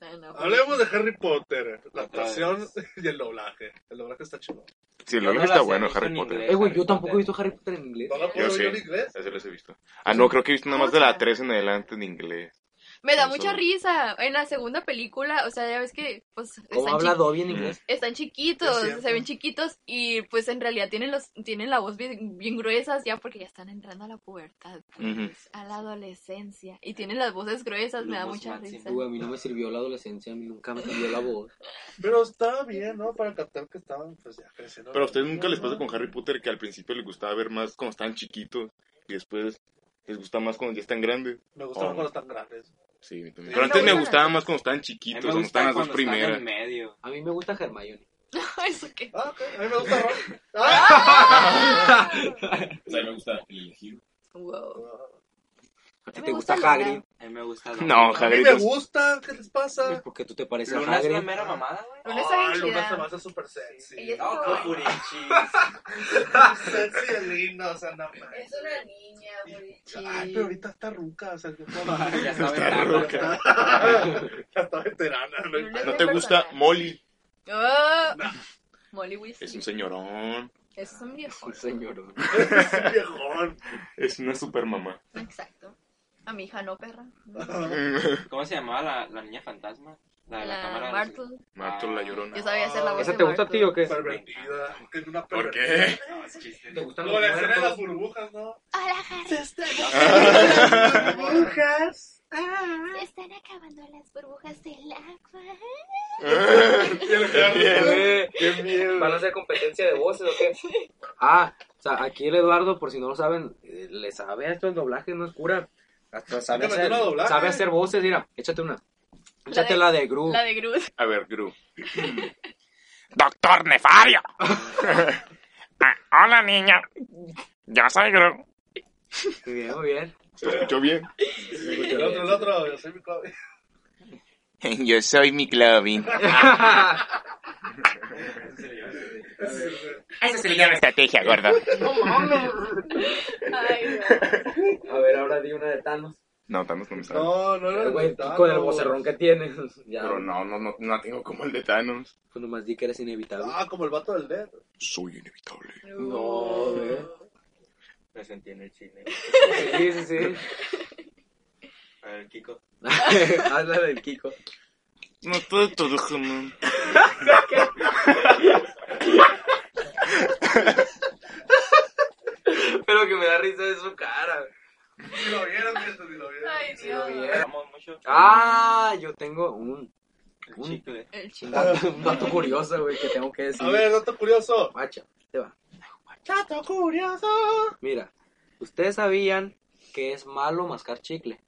Speaker 3: No, no,
Speaker 5: Hablemos de Harry Potter, la
Speaker 7: Otra vez.
Speaker 5: actuación y el doblaje. El doblaje está chido.
Speaker 4: Sí, el
Speaker 7: Yo no
Speaker 4: doblaje
Speaker 7: las
Speaker 4: está
Speaker 7: he
Speaker 4: bueno,
Speaker 7: visto
Speaker 4: Harry
Speaker 7: en
Speaker 4: Potter.
Speaker 7: inglés.
Speaker 2: Eh, güey, yo tampoco he visto Harry Potter en inglés.
Speaker 5: No la puedo
Speaker 4: sí.
Speaker 5: ver yo en inglés.
Speaker 4: Así los he visto. Ah, no, creo que he visto nada más de la 3 en adelante en inglés.
Speaker 3: Me da
Speaker 4: Eso.
Speaker 3: mucha risa. En la segunda película, o sea, ya ves que pues
Speaker 2: ¿Cómo
Speaker 3: están,
Speaker 2: habla
Speaker 3: chi-
Speaker 2: Dobby en inglés?
Speaker 3: están chiquitos,
Speaker 5: Es cierto.
Speaker 3: se ven chiquitos y pues en realidad tienen los tienen la voz bien, bien gruesas ya porque ya están entrando a la pubertad, pues,
Speaker 4: Ujú.
Speaker 3: a la adolescencia y tienen las voces gruesas, me da
Speaker 7: Lumos
Speaker 3: mucha
Speaker 7: máximo.
Speaker 3: risa.
Speaker 2: Güey, a mí no me sirvió la adolescencia, a mí nunca me sirvió la voz.
Speaker 5: Pero estaba bien, ¿no? Para captar que estaban, pues ya creciendo.
Speaker 4: Pero a ustedes nunca les pasa con Harry Potter que al principio les gustaba ver más cuando estaban chiquitos y después les gusta más cuando ya están grandes.
Speaker 5: Me gustaban
Speaker 4: Oh.
Speaker 5: cuando están grandes.
Speaker 4: Sí, a mí también.
Speaker 5: Sí.
Speaker 4: Pero antes me
Speaker 3: No, no,
Speaker 4: gustaba más cuando estaban
Speaker 7: A mí me
Speaker 4: chiquitos, cuando
Speaker 7: gustan
Speaker 4: estaban las dos
Speaker 7: cuando están
Speaker 4: primeras.
Speaker 7: en medio.
Speaker 2: A mí me gusta Hermione.
Speaker 3: ¿Eso qué?
Speaker 5: Ah, ok. A mí me gusta Ron. ¡Ah!
Speaker 4: O sea, me gusta el elegido.
Speaker 3: Wow.
Speaker 2: ¿A ti
Speaker 3: Me
Speaker 2: te
Speaker 3: gusta
Speaker 2: gusta
Speaker 3: Lola.
Speaker 2: Hagrid?
Speaker 7: A mí me gusta.
Speaker 4: No,
Speaker 5: A mí
Speaker 4: Hagrid.
Speaker 5: me gusta. ¿Qué les
Speaker 2: Pues
Speaker 5: pasa?
Speaker 2: porque tú te pareces a
Speaker 7: Luna es una
Speaker 2: Hagrid.
Speaker 7: mera mamada, güey.
Speaker 3: Luna está bien
Speaker 5: Ah, Luna
Speaker 3: chida.
Speaker 5: se me hace súper sexy.
Speaker 3: Ella es
Speaker 7: No,
Speaker 3: una-
Speaker 7: qué furichi.
Speaker 5: sexy y lindo, o sea, no
Speaker 3: Es
Speaker 5: manches.
Speaker 3: una niña, güey.
Speaker 5: Ay, pero ahorita está ruca, o sea, que
Speaker 7: Ya está
Speaker 4: Está
Speaker 7: aventando.
Speaker 4: loca.
Speaker 5: ya está veterana. no
Speaker 3: Luna es
Speaker 4: ¿No
Speaker 3: un
Speaker 4: te gusta
Speaker 3: personaje.
Speaker 4: Molly?
Speaker 3: ¡Oh! Molly Weasley.
Speaker 4: Es un señorón.
Speaker 3: Eso es un viejo.
Speaker 2: Un señor.
Speaker 5: Es un viejón.
Speaker 4: Es una super mamá.
Speaker 3: Exacto. A mi hija no, perra.
Speaker 7: ¿Cómo se llamaba la, la niña fantasma? La de la,
Speaker 3: La
Speaker 7: cámara.
Speaker 3: Martle.
Speaker 4: Marto la llorona.
Speaker 3: Yo sabía hacer la voz
Speaker 2: ¿Esa
Speaker 3: de
Speaker 2: te gusta a ti
Speaker 3: Martle.
Speaker 2: o qué?
Speaker 5: Pervertida. Que es una
Speaker 4: ¿Por
Speaker 5: pervertida.
Speaker 4: qué?
Speaker 7: No, es chiste.
Speaker 2: ¿Te gustan
Speaker 5: Como
Speaker 2: los
Speaker 5: la escena de
Speaker 2: muertos?
Speaker 5: las burbujas, ¿no?
Speaker 1: Hola, Harry.
Speaker 4: Ah.
Speaker 5: Burbujas.
Speaker 1: Se están acabando las burbujas del agua.
Speaker 4: Qué miedo.
Speaker 2: eh. ¡Qué miedo! ¿Van a hacer competencia de voces o qué? Ah, o sea, aquí el Eduardo, por si no lo saben, eh, le sabe a esto el doblaje, no es cura. Hasta sabe
Speaker 5: Te metió
Speaker 2: hacer,
Speaker 5: una doblaje.
Speaker 2: sabe hacer voces, mira, échate una.
Speaker 3: de-
Speaker 2: Échate la de, Gru.
Speaker 3: La de Groot.
Speaker 4: A ver, Gru. Doctor Nefario. hola, niña. Yo soy Gru.
Speaker 2: Muy bien, muy bien.
Speaker 4: ¿Se escuchó bien?
Speaker 5: El otro, el otro, yo soy mi clave.
Speaker 4: Yo soy mi Clovin. Eso se le llama estrategia, gordo.
Speaker 9: Ay,
Speaker 2: A ver, ahora di una de Thanos.
Speaker 4: No, Thanos no me sale.
Speaker 5: No, no era
Speaker 2: Eh,
Speaker 5: el
Speaker 2: güey,
Speaker 5: Thanos.
Speaker 2: con el vocerrón que tienes. Ya,
Speaker 4: Pero no, no, no, no tengo como el de Thanos.
Speaker 2: pues nomás di que eres inevitable.
Speaker 5: Ah, como el vato del dedo.
Speaker 4: Soy inevitable.
Speaker 2: No, güey.
Speaker 7: Me sentí en el cine.
Speaker 2: Sí, sí, sí.
Speaker 7: A ver, Kiko.
Speaker 2: Hazla del Kiko.
Speaker 4: No todo todo jamón.
Speaker 2: Pero que me da risa de su cara.
Speaker 5: Si lo vieron, miento, si lo vieron.
Speaker 9: Ay,
Speaker 2: Sí, lo
Speaker 9: Dios.
Speaker 2: vi.
Speaker 7: Amo mucho.
Speaker 2: Ah, yo tengo un,
Speaker 7: El
Speaker 2: un,
Speaker 7: chicle.
Speaker 9: El
Speaker 2: un
Speaker 9: chico.
Speaker 2: dato, un dato curioso, güey, que tengo que decir.
Speaker 5: A ver, dato curioso.
Speaker 2: Guacha, te va.
Speaker 5: Dato curioso.
Speaker 2: Mira, ¿ustedes sabían que es malo mascar chicle?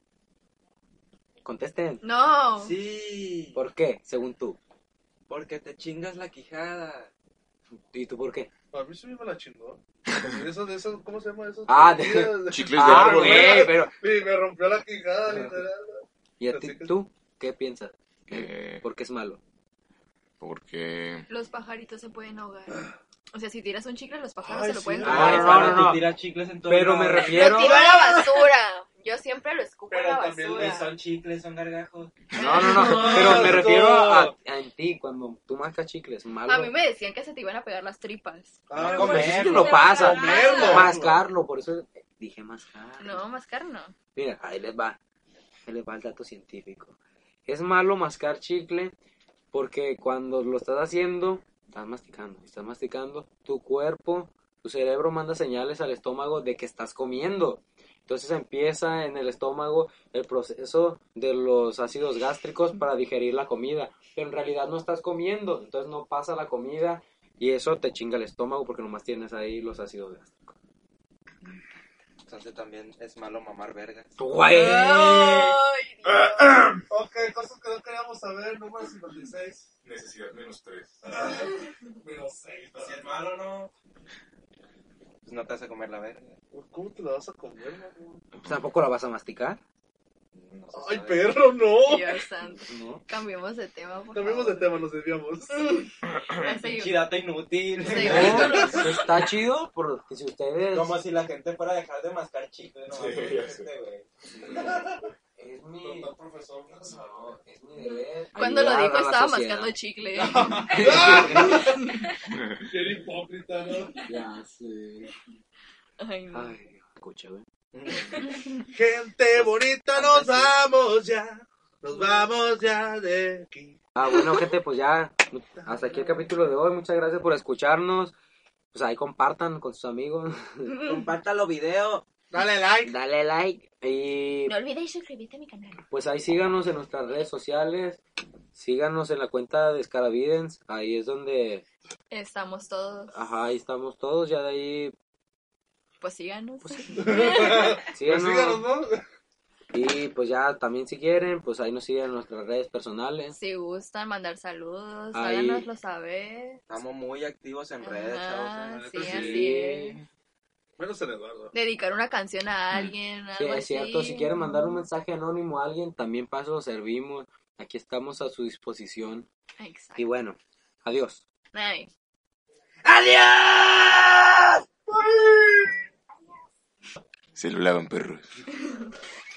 Speaker 2: Contesten.
Speaker 7: Oh.
Speaker 3: No.
Speaker 7: Sí.
Speaker 2: ¿Por qué? Según tú.
Speaker 7: Porque te chingas la quijada.
Speaker 2: ¿Y tú por qué?
Speaker 5: A mí sí me la chingó. De esos, de esos, ¿cómo se llama esos? Ah,
Speaker 2: Ah, de-
Speaker 4: Chicles de árbol,
Speaker 2: güey,
Speaker 5: güey.
Speaker 2: Ah, pero...
Speaker 5: Sí, me rompió la quijada, literal.
Speaker 2: ¿Y a ti,
Speaker 5: Así que-
Speaker 2: tú qué piensas?
Speaker 4: Eh,
Speaker 2: ¿Por qué es malo?
Speaker 4: porque.
Speaker 3: Los pajaritos se pueden ahogar. O sea, si tiras un chicle, los pájaros
Speaker 5: Ay,
Speaker 3: se lo
Speaker 5: sí.
Speaker 3: pueden
Speaker 2: Ah,
Speaker 3: comer.
Speaker 2: no, no, no, no.
Speaker 7: Tira chicles en todo
Speaker 2: Pero me
Speaker 7: lado.
Speaker 2: refiero...
Speaker 3: Lo tiro a la basura. Yo siempre lo escupo
Speaker 5: Pero
Speaker 3: a la
Speaker 5: también
Speaker 7: Pues
Speaker 3: basura.
Speaker 7: Son chicles, son gargajos.
Speaker 2: No, no, no, pero me refiero a, a en ti, cuando tú mascas chicles, malo.
Speaker 3: A mí me decían que se te iban a pegar las tripas.
Speaker 5: Ah,
Speaker 2: Pero
Speaker 5: güey.
Speaker 2: eso sí
Speaker 7: Comerlo.
Speaker 2: no pasa,
Speaker 5: Comerlo.
Speaker 2: mascarlo, por eso dije mascar.
Speaker 3: No, mascar no.
Speaker 2: Mira, ahí les va. Ahí les va el dato científico. Es malo mascar chicle porque cuando lo estás haciendo, estás masticando, estás masticando, tu cuerpo, tu cerebro manda señales al estómago de que estás comiendo. Entonces empieza en el estómago el proceso de los ácidos gástricos para digerir la comida. Pero en realidad no estás comiendo, entonces no pasa la comida y eso te chinga el estómago porque nomás tienes ahí los ácidos gástricos.
Speaker 7: Entonces también es malo mamar verga.
Speaker 2: ¡Güey!
Speaker 3: Ay, Dios.
Speaker 5: Ok, cosas que no queríamos saber, número 56.
Speaker 6: Necesidad menos 3.
Speaker 5: Menos 6.
Speaker 6: Si es malo, no.
Speaker 7: Pues no te hace comer la verga.
Speaker 5: ¿Cómo te la vas a comer, mamá?
Speaker 2: ¿Tampoco la vas a masticar?
Speaker 7: No se
Speaker 5: Ay,
Speaker 7: sabe.
Speaker 5: perro, no.
Speaker 3: Dios santo.
Speaker 2: No.
Speaker 3: Cambiemos de tema, por
Speaker 5: Cambiamos de
Speaker 3: favor.
Speaker 5: tema, nos desviamos.
Speaker 3: Ya seguimos.
Speaker 7: Pinche dato inútil.
Speaker 3: Sí.
Speaker 2: No, está chido porque si ustedes
Speaker 7: Como si la gente fuera a dejar de mascar chicles. No,
Speaker 6: Sí,
Speaker 7: Este,
Speaker 6: ya sé.
Speaker 7: güey.
Speaker 2: es mi
Speaker 6: Doctor, profesor, profesor.
Speaker 2: es mi deber
Speaker 3: Cuando lo
Speaker 2: ayudar
Speaker 3: dijo
Speaker 2: a la
Speaker 3: estaba
Speaker 2: sociedad.
Speaker 3: mascando chicle.
Speaker 5: Qué hipócrita, ¿no?
Speaker 2: ya sé
Speaker 3: Ay, no.
Speaker 2: ay escucha güey
Speaker 5: Gente bonita, nos vamos ya. Nos vamos ya de aquí.
Speaker 2: ah bueno gente pues ya hasta aquí el capítulo de hoy muchas gracias por escucharnos pues ahí compartan con sus amigos
Speaker 7: Compártalo video.
Speaker 5: Dale like.
Speaker 2: dale like y
Speaker 3: No olvidéis suscribirte a mi canal.
Speaker 2: pues ahí síganos en nuestras redes sociales síganos en la cuenta de Scaravidens ahí es donde
Speaker 3: Estamos todos.
Speaker 2: ajá ahí estamos todos ya de ahí
Speaker 3: Pues síganos.
Speaker 5: Pues
Speaker 2: síganos,
Speaker 5: síganos, ¿no?
Speaker 2: Y pues ya también si quieren, pues ahí nos siguen en nuestras redes personales.
Speaker 3: Si gustan mandar saludos,
Speaker 2: Ahí.
Speaker 3: háganoslo saber.
Speaker 7: Estamos muy activos en redes,
Speaker 3: Ajá,
Speaker 7: chavos.
Speaker 3: sí,
Speaker 5: Sí.
Speaker 3: así es.
Speaker 5: Menos el Eduardo.
Speaker 3: Dedicar una canción a alguien,
Speaker 2: Mm. Sí,
Speaker 3: algo
Speaker 2: es
Speaker 3: así.
Speaker 2: cierto, si quieren mandar un mensaje anónimo a alguien, también paso lo servimos. Aquí estamos a su disposición.
Speaker 3: Exacto.
Speaker 2: Y bueno, adiós.
Speaker 3: Ay.
Speaker 4: Se lo lavan perros.